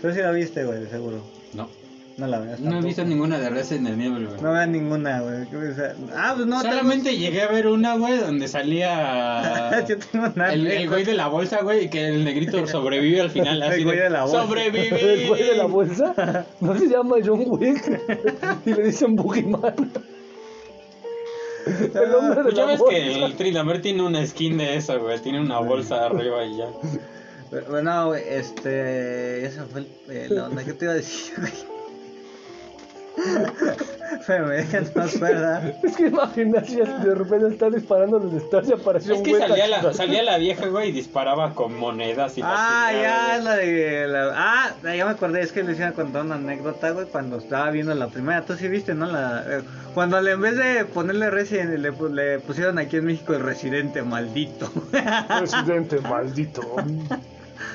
Speaker 1: Tú sí la viste, güey, seguro.
Speaker 3: No.
Speaker 1: No la veas.
Speaker 3: No he
Speaker 1: tampoco.
Speaker 3: visto ninguna de Resident Evil, güey.
Speaker 1: No veas ninguna, güey. ¿Qué o sea, ah, pues no,
Speaker 3: Solamente llegué a ver una, güey, donde salía
Speaker 1: tengo- Yo tengo nada.
Speaker 3: el, el güey de la bolsa, güey, y que el negrito sobrevive al final.
Speaker 1: eh, El
Speaker 3: Así
Speaker 1: güey de la bolsa.
Speaker 3: ¡Sobreviví!
Speaker 2: El güey de la bolsa no se llama John Wick y le dicen Boogeyman. El hombre de
Speaker 3: Pues ya
Speaker 2: la
Speaker 3: ves
Speaker 2: bolsa.
Speaker 3: que el Trindamer tiene una skin de esa, güey. Tiene una bolsa arriba y ya.
Speaker 1: Bueno, güey, este. Esa fue el, eh, la onda que te iba a decir, güey. Pero me dejan más cuerda.
Speaker 2: Es que imagina si de repente está disparando los stars y apareció
Speaker 3: Es
Speaker 2: un
Speaker 3: que
Speaker 2: güey
Speaker 3: salía la,
Speaker 2: cachando.
Speaker 3: salía la vieja, güey, y disparaba con monedas y la
Speaker 1: Ah,
Speaker 3: chingada,
Speaker 1: ya, es
Speaker 3: güey.
Speaker 1: la de. La... Ah, ya me acordé, es que le hicieron contar una anécdota, güey, cuando estaba viendo la primera. Tú sí viste, ¿no? La... eh, Cuando le, en vez de ponerle Resident, le, pu- le pusieron aquí en México el residente maldito.
Speaker 2: Presidente maldito.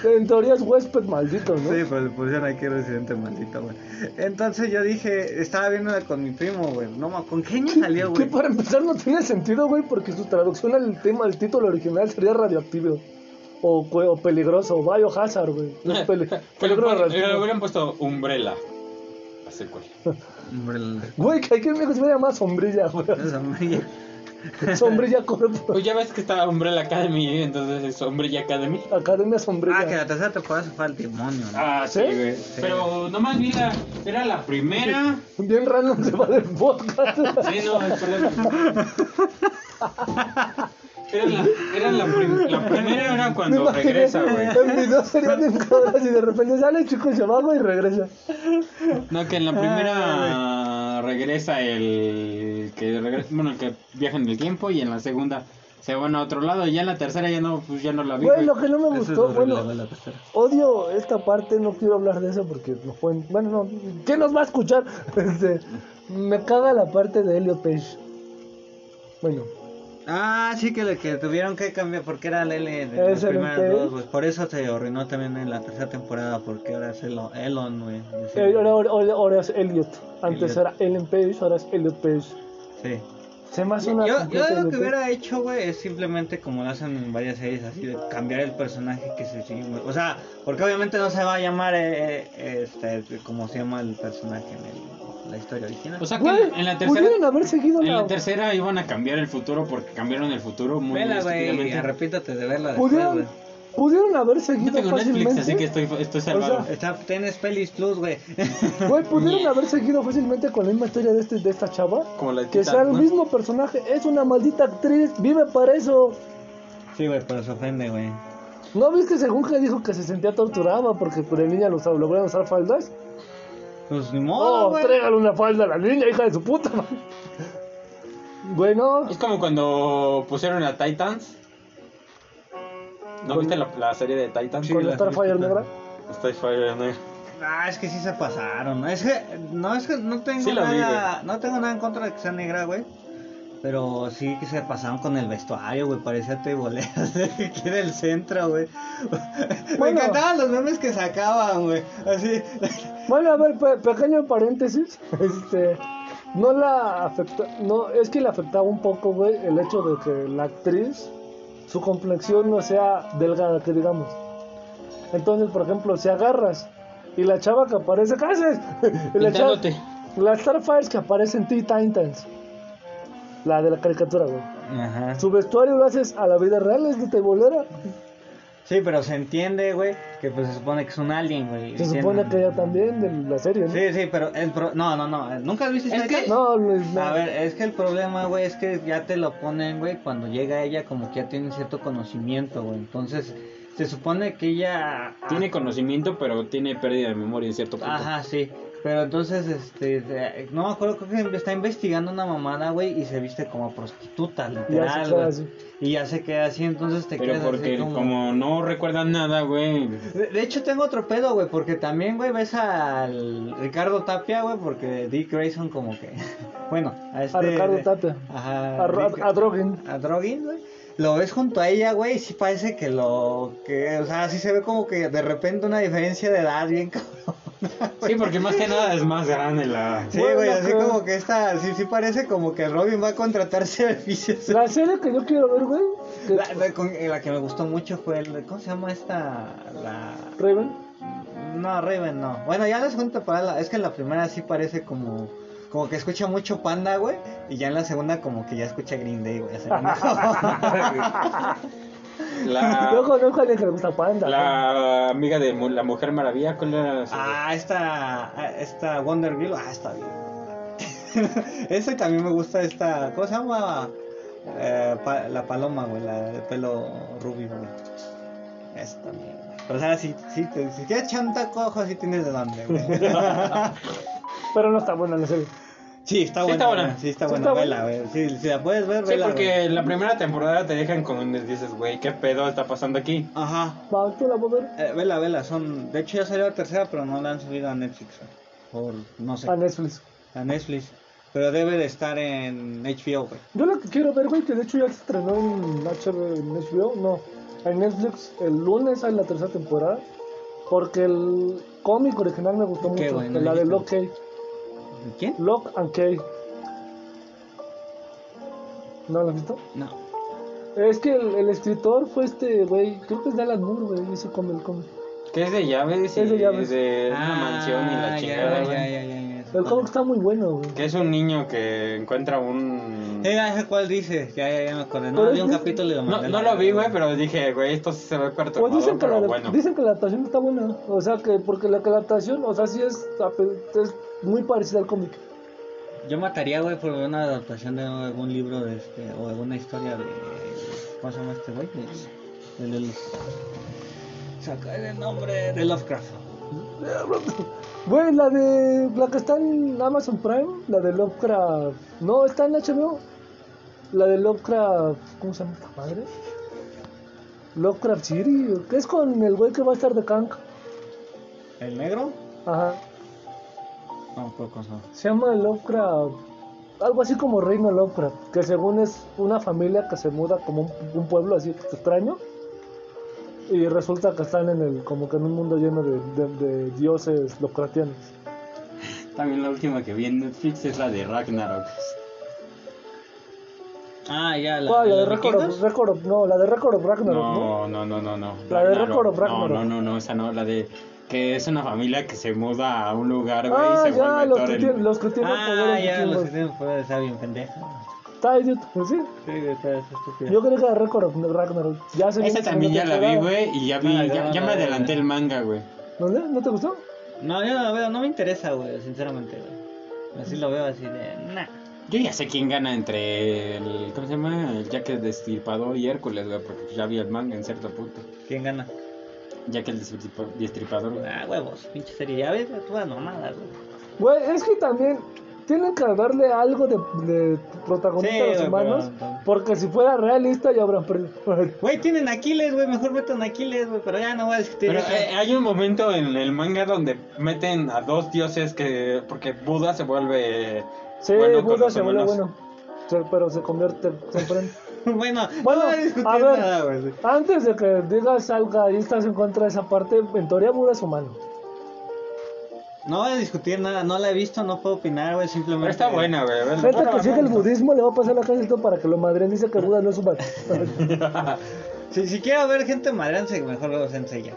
Speaker 2: En teoría es huésped maldito, ¿no?
Speaker 1: Sí, pues le pusieron aquí residente maldito, güey. Entonces yo dije, estaba viéndola con mi primo, güey. No, ma- ¿con qué año salió,
Speaker 2: que
Speaker 1: güey?
Speaker 2: para empezar no tiene sentido, güey, porque su traducción al tema, al título original sería radioactivo. O, cu- o peligroso, o Biohazard, güey. Es peli-
Speaker 3: Pero
Speaker 2: peligro de
Speaker 3: pon-
Speaker 2: Rasputin.
Speaker 3: le hubieran puesto Umbrella. La secuela.
Speaker 1: Hombre,
Speaker 2: Güey, que hay que me hubiera más sombrilla, güey.
Speaker 1: esa amarilla.
Speaker 2: Sombrilla cuerpo.
Speaker 3: Pues ya ves que está Umbrella Academy, entonces es Umbrella Academy.
Speaker 2: Academia
Speaker 1: Ah, que
Speaker 2: sombrilla.
Speaker 1: la tercera temporada se fue al demonio, ¿no?
Speaker 3: Ah,
Speaker 2: sí, güey.
Speaker 3: Pero nomás vi la. Era la primera.
Speaker 2: Bien random se va del podcast.
Speaker 3: Sí, no, perdón. Era la, era la, prim- la primera era cuando
Speaker 2: imaginé
Speaker 3: regresa, güey.
Speaker 2: En video sería bien cabrón y de repente sale chico se va, güey, y regresa.
Speaker 3: No, que en la
Speaker 2: Ah,
Speaker 3: primera regresa el que regresa, bueno, el que viaja en el tiempo y en la segunda se van a otro lado y ya en la tercera ya no pues ya no la vi.
Speaker 2: Güey,
Speaker 3: güey.
Speaker 2: lo que no me
Speaker 1: Eso es
Speaker 2: gustó,
Speaker 1: horrible,
Speaker 2: bueno,
Speaker 1: la tercera.
Speaker 2: odio esta parte, no quiero hablar de eso porque nos pueden. Bueno, no, ¿quién nos va a escuchar? Este, me caga la parte de Elliot Page. Bueno,
Speaker 1: Ah, sí, que, le- que tuvieron que cambiar porque era el L de las
Speaker 2: Ese era
Speaker 1: primeras
Speaker 2: el L.
Speaker 1: dos, güey. Por eso se arruinó también en la tercera temporada, porque ahora es Elon, Elon güey. Sí.
Speaker 2: eh, ahora, ahora- ahora es Elliot.
Speaker 1: Elliot.
Speaker 2: Antes era Ellen Page, ahora es Elliot Page.
Speaker 1: sí.
Speaker 2: Se me hace
Speaker 1: Yo,
Speaker 2: una. completa
Speaker 1: yo lo que
Speaker 2: idiotez.
Speaker 1: hubiera hecho, güey, es simplemente como lo hacen en varias series, así de cambiar el personaje que se sigue, güey. O sea, porque obviamente no se va a llamar eh, eh, este, como se llama el personaje en el- la historia original.
Speaker 3: O sea, que
Speaker 2: Güey,
Speaker 3: en, en la tercera
Speaker 2: pudieron haber seguido
Speaker 3: en la
Speaker 2: la.
Speaker 3: tercera iban a cambiar el futuro porque cambiaron el futuro muy
Speaker 1: Vela, güey, y
Speaker 3: estúpidamente.
Speaker 1: arrepiéntate de verla después,
Speaker 2: Pudieron,
Speaker 1: güey.
Speaker 2: pudieron haber
Speaker 3: Yo
Speaker 2: seguido
Speaker 3: tengo
Speaker 2: fácilmente.
Speaker 3: Netflix, así que estoy estoy salvado.
Speaker 1: Está, tienes pelis plus, güey.
Speaker 2: Güey, pudieron haber seguido fácilmente con la misma historia de, este, de esta chava.
Speaker 3: Como la de
Speaker 2: que
Speaker 3: Titán,
Speaker 2: sea el
Speaker 3: ¿no?
Speaker 2: mismo personaje. Es una maldita actriz, vive para eso.
Speaker 1: sí, güey, pero se ofende, güey.
Speaker 2: ¿No ves que según que dijo que se sentía torturada porque por el niño lo usaba- lograron usar faldas?
Speaker 1: Pues ni modo,
Speaker 2: Oh,
Speaker 1: güey.
Speaker 2: trégale una falda a la niña, hija de su puta madre. Bueno,
Speaker 3: Es como cuando pusieron a Titans. ¿No
Speaker 2: Con-
Speaker 3: viste la, la serie de Titans?
Speaker 1: Sí,
Speaker 2: con
Speaker 1: la-
Speaker 2: Starfire negra.
Speaker 3: Estoy fire, ¿no?
Speaker 1: Ah, es que sí se pasaron. Es que no es que no tengo
Speaker 3: Sí la vi,
Speaker 1: nada, no tengo nada en contra de que sea negra, güey. Pero sí que se pasaron con el vestuario, güey. Parecía teiboleas de aquí del centro, güey.
Speaker 2: Bueno.
Speaker 1: Me encantaban los memes que sacaban, güey. Así.
Speaker 2: Bueno, a ver, pe- pequeño paréntesis. Este, no la afecta, no, es que le afectaba un poco, güey, el hecho de que la actriz, su complexión no sea delgada, que digamos. Entonces, por ejemplo, si agarras y la chava que aparece, ¿qué haces? Y la chava-
Speaker 3: Pintándote.
Speaker 2: las Starfires que aparecen en Teen Titans, la de la caricatura, güey.
Speaker 1: Ajá.
Speaker 2: Su vestuario lo haces a la vida real, es de tebolera.
Speaker 1: Sí, pero se entiende, güey, que pues se supone que es un alien, güey.
Speaker 2: Se
Speaker 1: Y tiene-
Speaker 2: supone que ella también, de la serie, ¿no?
Speaker 1: Sí, sí, pero el pro- no, no, no, nunca lo viste
Speaker 3: Es que-
Speaker 2: No, Luis, no.
Speaker 1: A ver, es que el problema, güey, es que ya te lo ponen, güey, cuando llega ella como que ya tiene cierto conocimiento, güey. Entonces, se supone que ella... ah,
Speaker 3: Tiene conocimiento, pero tiene pérdida de memoria en cierto punto.
Speaker 1: Ajá, sí. Pero entonces, este, de- no me acuerdo, creo que está investigando una mamada, güey, y se viste como prostituta,
Speaker 2: Ya se
Speaker 1: literal,
Speaker 2: queda
Speaker 1: güey.
Speaker 2: así.
Speaker 1: Y ya se queda así, entonces te
Speaker 3: Pero
Speaker 1: quedas
Speaker 3: porque
Speaker 1: así como...
Speaker 3: como no recuerdan nada, güey.
Speaker 1: De, de hecho, tengo otro pedo, güey, porque también, güey, ves al Ricardo Tapia, güey, porque Dick Grayson como que... bueno, a este...
Speaker 2: A Ricardo Tapia.
Speaker 1: Ajá.
Speaker 2: A, Ro-
Speaker 1: Dick-
Speaker 2: a Drogen.
Speaker 1: a Drogin, güey. Lo ves junto a ella, güey, y sí parece que lo. que O sea, sí se ve como que de repente una diferencia de edad bien cabrón.
Speaker 3: Sí, porque más que nada es más grande la...
Speaker 1: Sí,
Speaker 2: Bueno,
Speaker 1: güey, así
Speaker 2: pero-
Speaker 1: como que esta. Sí, sí parece como que Robin va a contratar servicios.
Speaker 2: La serie que yo quiero ver, güey. que-
Speaker 1: La, la- con- eh, la que me gustó mucho fue. el- ¿Cómo se llama esta? La.
Speaker 2: Raven.
Speaker 1: No, Raven no. Bueno, ya la segunda temporada, la- es que en la primera sí parece como. Como que escucha mucho panda, güey. Y ya en la segunda, como que ya escucha Green Day, güey. así, ¿no?
Speaker 2: Yo
Speaker 3: La,
Speaker 2: conozco a alguien que le gusta Panda.
Speaker 3: Ah. la amiga de Mu- la Mujer Maravilla, ¿cuál era la serie?
Speaker 1: Ah, esta, esta Wonder Girl, ah, está bien. Ese también me gusta esta, ¿cómo se llama? Eh, pa- la paloma, güey, la de pelo rubio, güey. Esa también, güey. Pero, o sea, si, si, te, si te echan un taco de ojo, sí tienes de dónde, güey.
Speaker 2: Pero no está buena la serie.
Speaker 1: sí, está
Speaker 3: Sí,
Speaker 1: buena.
Speaker 3: está buena.
Speaker 1: güey. Sí, está
Speaker 2: Sí,
Speaker 1: buena.
Speaker 2: está
Speaker 1: vela, güey. Sí, si la puedes ver,
Speaker 3: Sí,
Speaker 1: vela, güey.
Speaker 3: porque la primera temporada te dejan con un dices, güey, ¿qué pedo está pasando aquí?
Speaker 1: Ajá.
Speaker 2: Va, tú la voy a ver.
Speaker 1: Eh, vela, vela, son... De hecho, ya salió la tercera, pero no la han subido a Netflix, güey. Por, no sé,
Speaker 2: A Netflix.
Speaker 1: a Netflix. Pero debe de estar en HBO, güey.
Speaker 2: Yo la que quiero ver, güey, que de hecho ya se estrenó en HBO, en HBO, no, en Netflix el lunes sale la tercera temporada, porque el cómic original me gustó
Speaker 1: Qué
Speaker 2: mucho,
Speaker 1: bueno,
Speaker 2: la de
Speaker 1: dijiste.
Speaker 2: Lock Key,
Speaker 1: ¿Quién?
Speaker 2: Lock and Key. ¿No lo has visto?
Speaker 1: No.
Speaker 2: Es que el, el escritor fue este, güey. Creo que es de Alan Moore, güey. Ese cómic, el cómic.
Speaker 3: Que es de llaves y
Speaker 2: Es de llaves.
Speaker 3: de una mansión y
Speaker 1: Ah,
Speaker 3: la
Speaker 1: ya,
Speaker 3: chingada,
Speaker 1: ya,
Speaker 3: güey.
Speaker 1: ya, ya, ya.
Speaker 2: El cómic está muy bueno, güey.
Speaker 3: Que es un niño que encuentra un...
Speaker 1: Eh, ya sé cuál dices, ya, ya, ya me acordé. No,
Speaker 2: Pero
Speaker 1: vi un
Speaker 2: es-
Speaker 1: capítulo y lo
Speaker 3: No,
Speaker 1: mandé a
Speaker 3: no
Speaker 1: la-
Speaker 3: lo vi, güey, pero dije, güey, esto sí se ve cuarto
Speaker 2: Pues dicen que, la,
Speaker 3: pero bueno.
Speaker 2: dicen que la adaptación está buena. O sea, que porque la, que la adaptación, o sea, sí es, ape- es muy parecida al cómic.
Speaker 1: Yo mataría, güey, por una adaptación de algún libro de este, o alguna historia de. ¿Cómo se llama este güey? De, de, de- Saca el nombre de Lovecraft.
Speaker 2: Güey, la de. La que está en Amazon Prime, la de Lovecraft. No, está en HBO. La de Lovecraft. ¿Cómo se llama esta madre? Lovecraft City. Que es con el güey que va a estar de Kank.
Speaker 1: ¿El negro?
Speaker 2: Ajá.
Speaker 1: No, por cosa.
Speaker 2: Se llama Lovecraft. Algo así como Reino Lovecraft. Que según es una familia que se muda como un, un pueblo así extraño. Y resulta que están en el. como que en un mundo lleno de, de- de dioses Lovecraftianos.
Speaker 3: También la última que vi en Netflix es la de Ragnarok.
Speaker 1: Ah, ya, la,
Speaker 2: ¿Cuál? La, de
Speaker 1: los
Speaker 2: Record of,
Speaker 1: vikingos?
Speaker 2: Record of- no, la de Record of Ragnarok, ¿no?
Speaker 3: No, no, no, no, no.
Speaker 2: La de Record of Ragnarok.
Speaker 3: No, no, no, no, esa no, la de... Que es una familia que se muda a un lugar, güey,
Speaker 2: Ah,
Speaker 3: y
Speaker 2: ya,
Speaker 3: se vuelve
Speaker 2: los
Speaker 3: todo
Speaker 2: que,
Speaker 3: el-
Speaker 2: tienen, los que tienen
Speaker 1: Ah,
Speaker 2: poderes
Speaker 1: ya, los que
Speaker 2: vikingos.
Speaker 1: tienen poder de sabio, pendejo.
Speaker 2: Está idiota, pues sí.
Speaker 1: Sí, está es estúpido.
Speaker 2: Yo creo que la Record of Ragnarok. Ya se
Speaker 3: Esa
Speaker 2: viene
Speaker 3: también ya
Speaker 2: segunda
Speaker 3: la vi,
Speaker 2: temporada.
Speaker 3: güey, y ya vi,
Speaker 1: Ah, ya,
Speaker 3: ya, ya
Speaker 1: ya,
Speaker 3: me
Speaker 1: ya,
Speaker 3: adelanté
Speaker 1: ya.
Speaker 3: el manga, güey.
Speaker 2: ¿Dónde? ¿No te gustó?
Speaker 1: No, yo no la veo, no me interesa, güey, sinceramente, güey. Así lo veo así de, nah.
Speaker 3: Yo ya sé quién gana entre el, ¿cómo se llama? El Jack el Destripador y Hércules, güey, porque ya vi el manga en cierto punto.
Speaker 1: ¿Quién gana?
Speaker 3: Jack el Destripa- Destripador, güey.
Speaker 1: Ah, huevos, pinche serie. Ya ves, tú vas mamadas, güey.
Speaker 2: Güey, es que también tienen que darle algo de, de protagonista
Speaker 1: Sí,
Speaker 2: a los
Speaker 1: güey,
Speaker 2: humanos.
Speaker 1: pero-
Speaker 2: Porque si fuera realista ya habrán perdido.
Speaker 1: Güey, tienen Aquiles, güey, mejor metan Aquiles, güey, pero ya no voy a discutir Ah,
Speaker 3: Pero
Speaker 1: eso.
Speaker 3: eh, hay un momento en el manga donde meten a dos dioses que. Porque Buda se vuelve.
Speaker 2: Sí,
Speaker 3: bueno con
Speaker 2: Buda
Speaker 3: los
Speaker 2: se vuelve
Speaker 3: humanos.
Speaker 2: bueno. Sí, pero se convierte, se prende.
Speaker 1: bueno,
Speaker 2: Bueno,
Speaker 1: no voy a discutir
Speaker 2: a ver,
Speaker 1: nada, güey.
Speaker 2: antes de que digas algo y estás en contra de esa parte, en teoría Buda es humano.
Speaker 1: No voy a discutir nada, no la he visto, no puedo opinar, güey,
Speaker 3: Pero
Speaker 1: simplemente.
Speaker 3: está buena, güey. bueno,
Speaker 2: Gente
Speaker 3: bueno,
Speaker 2: que sigue el
Speaker 3: bueno.
Speaker 2: budismo le va a pasar la cárcel todo para que lo madren. Dice que Buda no es humano.
Speaker 1: Si, si quiero ver gente madrense, mejor lo enseña.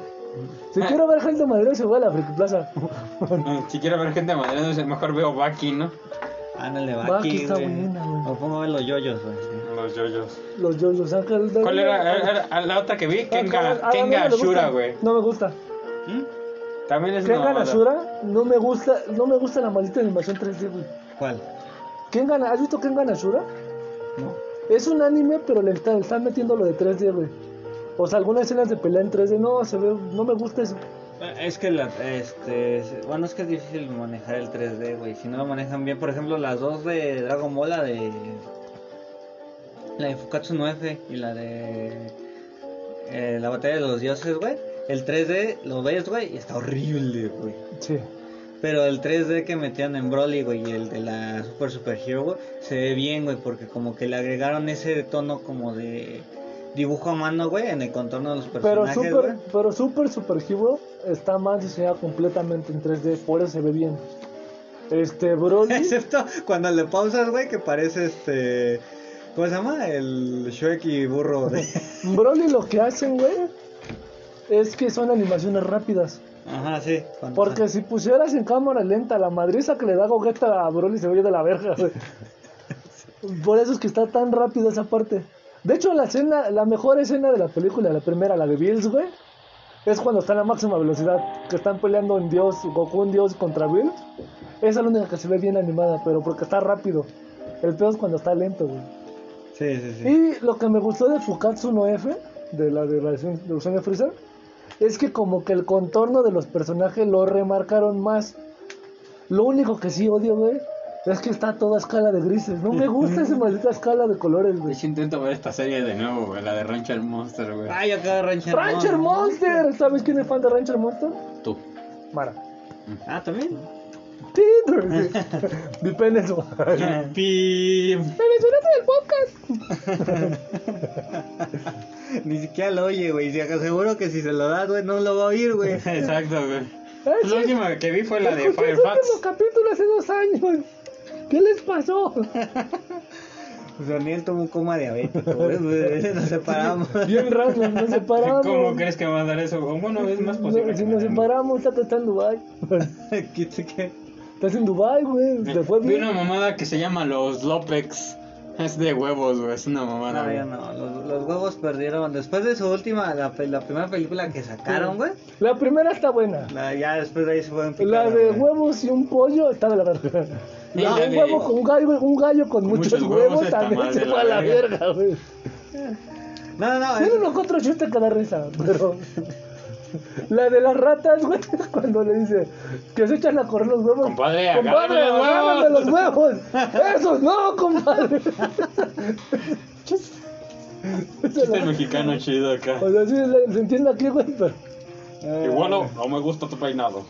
Speaker 2: si quiero ver gente madre, se va a la Friki Plaza.
Speaker 3: No, Si quiero ver gente madre, mejor veo Baki, ¿no?
Speaker 1: Ándale,
Speaker 2: Va,
Speaker 1: va
Speaker 2: aquí
Speaker 1: aquí,
Speaker 2: está
Speaker 1: güey.
Speaker 2: buena, güey.
Speaker 1: Me pongo a ver los yoyos, güey.
Speaker 3: Los yoyos.
Speaker 2: Los yoyos. ah, que el de-
Speaker 3: ¿Cuál era, era- era la otra que vi?
Speaker 2: Ah,
Speaker 3: Kenga,
Speaker 2: a mí no
Speaker 3: Kenga
Speaker 2: me gusta.
Speaker 3: Ashura, güey.
Speaker 2: No me gusta.
Speaker 1: ¿Mm?
Speaker 3: También es una
Speaker 2: Kengan
Speaker 3: mamada.
Speaker 2: Ashura no me gusta, no me gusta la maldita animación 3D, güey.
Speaker 1: ¿Cuál?
Speaker 2: Kengan, ¿has visto Kengan Ashura?
Speaker 1: ¿No?
Speaker 2: Es un anime, pero le está- le están metiendo lo de 3D, güey. O sea, algunas escenas de pelea en 3D, no, se ve, no me gusta eso.
Speaker 1: Eh, Es que la, este, es- bueno, es que es difícil manejar el 3D, güey. Si no lo manejan bien, por ejemplo, las dos de Dragon Ball, la de la de Fukatsu no F y la de eh, la batalla de los dioses, güey. El 3D lo ves, güey, y está horrible, güey.
Speaker 2: Sí.
Speaker 1: Pero el 3D que metían en Broly, güey, y el de la Super Super Hero, güey, se ve bien, güey, porque como que le agregaron ese tono como de dibujo a mano, güey, en el contorno de los
Speaker 2: Pero
Speaker 1: personajes,
Speaker 2: super,
Speaker 1: güey.
Speaker 2: pero super super Hero está más diseñado completamente en 3D, por eso se ve bien. Este Broly,
Speaker 1: Excepto cuando le pausas, güey, que parece este. ¿Cómo se llama? El Shrek y burro de.
Speaker 2: Broly lo que hacen, güey, es que son animaciones rápidas.
Speaker 1: Ajá, sí. cuando- ah,
Speaker 2: Porque si pusieras en cámara lenta la madriza que le da Gogeta a Broly se veía de la verga, güey. Por eso es que está tan rápido esa parte. De hecho, la escena, la mejor escena de la película, la primera, la de Bills, güey, es cuando está a la máxima velocidad, que están peleando en Dios, Goku en Dios contra Bills. Esa es la única que se ve bien animada, pero porque está rápido. El peor es cuando está lento, güey.
Speaker 1: Sí, sí, sí.
Speaker 2: Y lo que me gustó de Fukatsu no F, de la de la versión de versión de Freezer, es que como que el contorno de los personajes lo remarcaron más. Lo único que sí odio, güey, es que está toda escala de grises. No me gusta esa maldita escala de colores,
Speaker 3: De
Speaker 2: güey.
Speaker 3: hecho, intento ver esta serie de nuevo, güey. La de Rancho al Monster, güey.
Speaker 1: Ay, acá Rancher
Speaker 2: ¡Rancher Monster! ¿Sabes quién es fan de Rancher Monster?
Speaker 3: Tú.
Speaker 2: Mara.
Speaker 1: Ah, también.
Speaker 2: Tinder, güey. Mi pene es-
Speaker 1: Pim.
Speaker 2: ¡Venezolano del podcast!
Speaker 1: Ni siquiera lo oye, güey. Si acá seguro que si se lo das, güey, no lo va a oír, güey.
Speaker 3: Exacto, güey.
Speaker 2: Ah,
Speaker 3: La
Speaker 2: sí.
Speaker 3: última que vi fue la de
Speaker 2: Escuché el último
Speaker 3: Firefox.
Speaker 2: capítulo hace dos años. ¿Qué les pasó?
Speaker 1: Daniel tomó un coma diabético. güey, Nos separamos.
Speaker 2: Bien random, nos separamos.
Speaker 3: ¿Cómo crees que va a dar eso? Bueno, es más posible.
Speaker 2: No,
Speaker 3: que
Speaker 2: si nos
Speaker 3: me-
Speaker 2: separamos, Tata está en Dubai.
Speaker 1: ¿Qué te- qué?
Speaker 2: Estás en Dubai, güey. Te fue
Speaker 3: Vi
Speaker 2: bien.
Speaker 3: una mamada que se llama los Lopex. Es de huevos, güey. Es una mamada.
Speaker 1: No,
Speaker 3: güey.
Speaker 1: ya no. Los, los huevos perdieron. Después de su última, la, pe- la primera película que sacaron, güey.
Speaker 2: La primera está buena.
Speaker 1: la- ya después de ahí se fueron
Speaker 2: La
Speaker 1: picando,
Speaker 2: de
Speaker 1: güey.
Speaker 2: huevos y un pollo está de la verga.
Speaker 3: Y
Speaker 2: La
Speaker 3: la
Speaker 2: de
Speaker 3: Ah, de-
Speaker 2: huevo con Ah, un gallo, un gallo con muchos,
Speaker 3: muchos huevos
Speaker 2: huevos
Speaker 3: está
Speaker 2: también
Speaker 3: más
Speaker 2: se
Speaker 3: de
Speaker 2: fue a
Speaker 3: la
Speaker 2: la
Speaker 3: verga.
Speaker 2: verga, güey.
Speaker 1: No, no,
Speaker 2: Tiene
Speaker 1: no.
Speaker 2: unos cuatro chistes que da risa, pero. La de las ratas, güey, cuando le dice que se echan a correr los huevos.
Speaker 3: Compadre,
Speaker 2: compadre,
Speaker 3: agárrame los huevos.
Speaker 2: agárrame los huevos. Esos no, compadre.
Speaker 3: Chiste mexicano chido acá.
Speaker 2: O sea, sí, la- se entiende aquí, güey, pero.
Speaker 1: Eh,
Speaker 3: Y bueno, no me gusta tu peinado.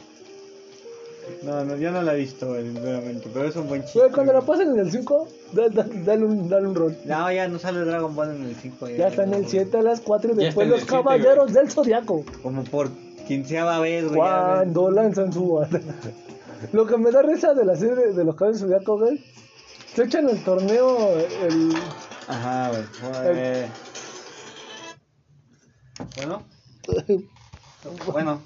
Speaker 1: No, no, yo no la he visto, güey, sinceramente. Pero es un buen chiste.
Speaker 2: Güey, cuando la pasen en el 5, da- da- dale un, dale un rol.
Speaker 1: No, ya no sale Dragon Ball en el 5.
Speaker 2: Ya está en el 7 a las 4 y
Speaker 3: Ya
Speaker 2: después
Speaker 3: está en el
Speaker 2: los
Speaker 3: siete, güey.
Speaker 2: caballeros del zodiaco.
Speaker 1: Como por quinceava vez, güey. ya ves.
Speaker 2: Cuando lanzan su banda. Lo que me da risa de la serie de los caballeros del zodiaco, güey. Se echan el torneo, el.
Speaker 1: Ajá, güey. Eh, Bueno, bueno.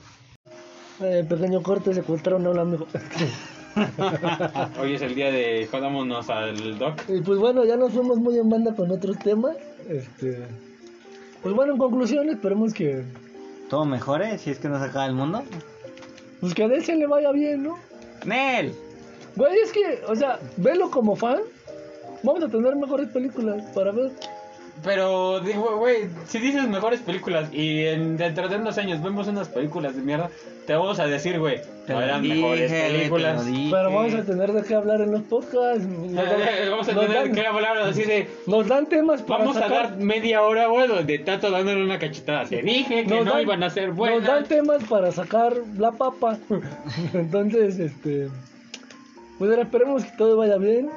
Speaker 2: eh, pequeño corte, secuestraron a un amigo.
Speaker 3: Hoy es el día de jodámonos al doc.
Speaker 2: y pues bueno, ya nos fuimos muy en banda con otros temas. Este. Pues bueno, en conclusión, esperemos que.
Speaker 1: Todo mejore si es que no se acaba el mundo.
Speaker 2: Pues que a DC le vaya bien, ¿no?
Speaker 1: ¡Nel!
Speaker 2: Güey, es que, o sea, velo como fan. Vamos a tener mejores películas para ver.
Speaker 3: Pero, digo, güey, si dices mejores películas y en, dentro de unos años vemos unas películas de mierda, te vamos a decir, güey, no eran mejores películas.
Speaker 2: Pero vamos a tener de qué hablar en los podcasts. Nos dan-
Speaker 3: Vamos a
Speaker 2: nos
Speaker 3: tener
Speaker 2: dan-
Speaker 3: que hablar así de.
Speaker 2: Nos dan temas para
Speaker 3: Vamos a
Speaker 2: sacar.
Speaker 3: dar media hora, güey, donde Tato dándole una cachetada. Te dije que
Speaker 2: Nos
Speaker 3: no
Speaker 2: dan-
Speaker 3: iban a ser
Speaker 2: Nos dan
Speaker 3: buenas.
Speaker 2: temas para sacar la papa. Entonces, este. Pues ahora esperemos que todo vaya bien.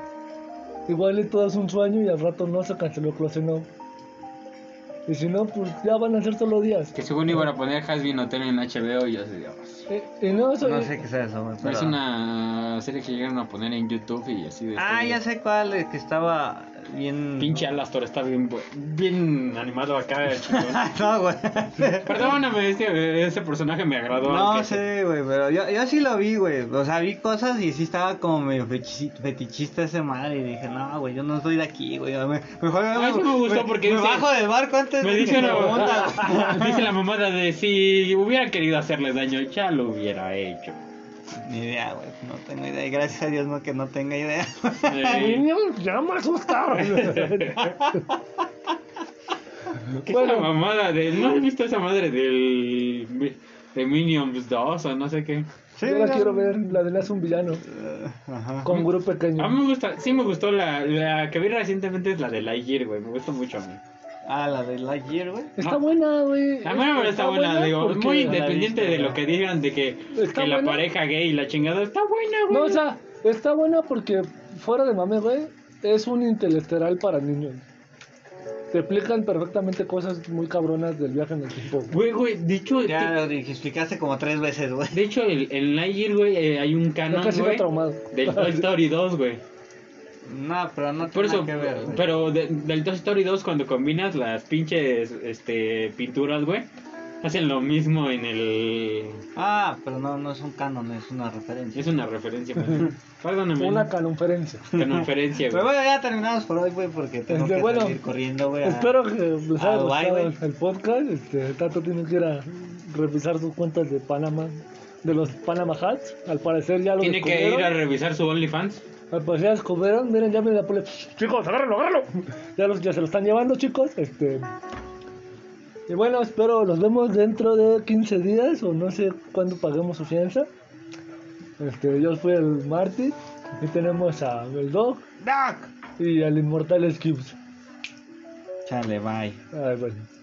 Speaker 2: Igual y todo es un sueño y al rato no se canceló Closenov. Y si no, pues ya van a ser solo días.
Speaker 3: Que según iban a poner Hasbin Hotel en HBO y yo así de, "Oh, sí".
Speaker 2: Eh, y no, eso
Speaker 1: No sé qué es eso, güey. pero-
Speaker 3: Es una serie que llegaron a poner en YouTube y así de.
Speaker 1: Ah, ya sé cuál, eh, que estaba bien.
Speaker 3: Pinche Alastor está bien, bu- bien animado acá, chingón.
Speaker 1: Ah, no, güey.
Speaker 3: Perdóname, este, ese personaje me agradó.
Speaker 1: No
Speaker 3: aunque-
Speaker 1: sé, güey, pero yo, yo sí lo vi, güey. O sea, vi cosas y sí estaba como medio fechi- fetichista ese madre. Y dije, no, güey, yo no soy de aquí, güey. Me- Mejor
Speaker 3: A mí sí Ah, me gustó porque
Speaker 1: me
Speaker 3: dice-
Speaker 1: bajo del barco antes
Speaker 3: Me
Speaker 1: de
Speaker 3: dice
Speaker 1: que
Speaker 3: una
Speaker 1: se hunda, güey.
Speaker 3: mamada. dice la mamada de si hubiera querido hacerle daño, ya lo hubiera hecho.
Speaker 1: Ni idea, güey. No tengo idea. Y gracias a Dios no que no tenga idea.
Speaker 3: Eh,
Speaker 2: ya me asustaron.
Speaker 3: ¿Qué es la mamada de.? ¿No has visto esa madre del. mi- de Minions 2 o no sé qué?
Speaker 2: Yo la
Speaker 1: no.
Speaker 2: quiero ver, la de Nace un villano,
Speaker 1: Eh, Ajá.
Speaker 2: con grupo
Speaker 3: A
Speaker 2: pequeño.
Speaker 3: mí me gusta, sí me gustó la, la que vi recientemente es la de Lightyear, güey. Me gustó mucho a mí.
Speaker 1: Ah, la de Lightyear, güey.
Speaker 2: Está buena, güey.
Speaker 3: La mera verdad está buena, digo.
Speaker 2: porque-
Speaker 3: Muy independiente
Speaker 1: viste,
Speaker 3: de lo
Speaker 1: ¿no?
Speaker 3: que digan de que,
Speaker 2: Está
Speaker 3: que la
Speaker 2: buena.
Speaker 3: pareja gay y la chingada está buena, güey.
Speaker 2: No, o sea, está buena porque, fuera de mame, güey, es un intelectual para niños. Te explican perfectamente cosas muy cabronas del viaje en el tiempo. güey.
Speaker 3: Güey, güey, de hecho,
Speaker 1: Ya lo explicaste como tres veces, güey.
Speaker 3: De hecho, el- en Lightyear, güey, eh, hay un
Speaker 2: Ya
Speaker 3: canon,
Speaker 2: casi me
Speaker 3: güey,
Speaker 2: traumado.
Speaker 3: del Toy Story 2, güey.
Speaker 1: No, pero no
Speaker 3: Por
Speaker 1: tiene
Speaker 3: eso,
Speaker 1: nada que ver. güey.
Speaker 3: pero de- del Toy Story 2, cuando combinas las pinches este, pinturas, güey, hacen lo mismo en el...
Speaker 1: Ah, pero no, no es un canon, es una referencia.
Speaker 3: Es una referencia, man. Perdóname.
Speaker 2: Una conferencia.
Speaker 3: conferencia,
Speaker 1: Pero
Speaker 3: güey.
Speaker 1: bueno, ya terminamos por hoy, güey, porque tengo
Speaker 2: Este,
Speaker 1: que
Speaker 2: bueno,
Speaker 1: salir corriendo, güey. a-
Speaker 2: Espero que les
Speaker 1: Ah,
Speaker 2: haya
Speaker 1: Dubai,
Speaker 2: gustado
Speaker 1: güey.
Speaker 2: el podcast. Este, Tato tiene que ir a revisar sus cuentas de Panamá, de los Panama Hats. Al parecer ya lo
Speaker 3: Tiene que
Speaker 2: descubrieron.
Speaker 3: ir a revisar su OnlyFans.
Speaker 2: Al parecer ya descubrieron. Miren, ya me la pone. Chicos, agárralo, agárralo. Ya, los, ya se lo están llevando, chicos. Este. Y bueno, espero los vemos dentro de 15 días o no sé cuándo paguemos su fianza. Este, yo fui el Marty y tenemos a el Dog
Speaker 1: ¡Doc!
Speaker 2: y al Inmortal Skips.
Speaker 1: Chale, bye.
Speaker 2: Ay, bueno.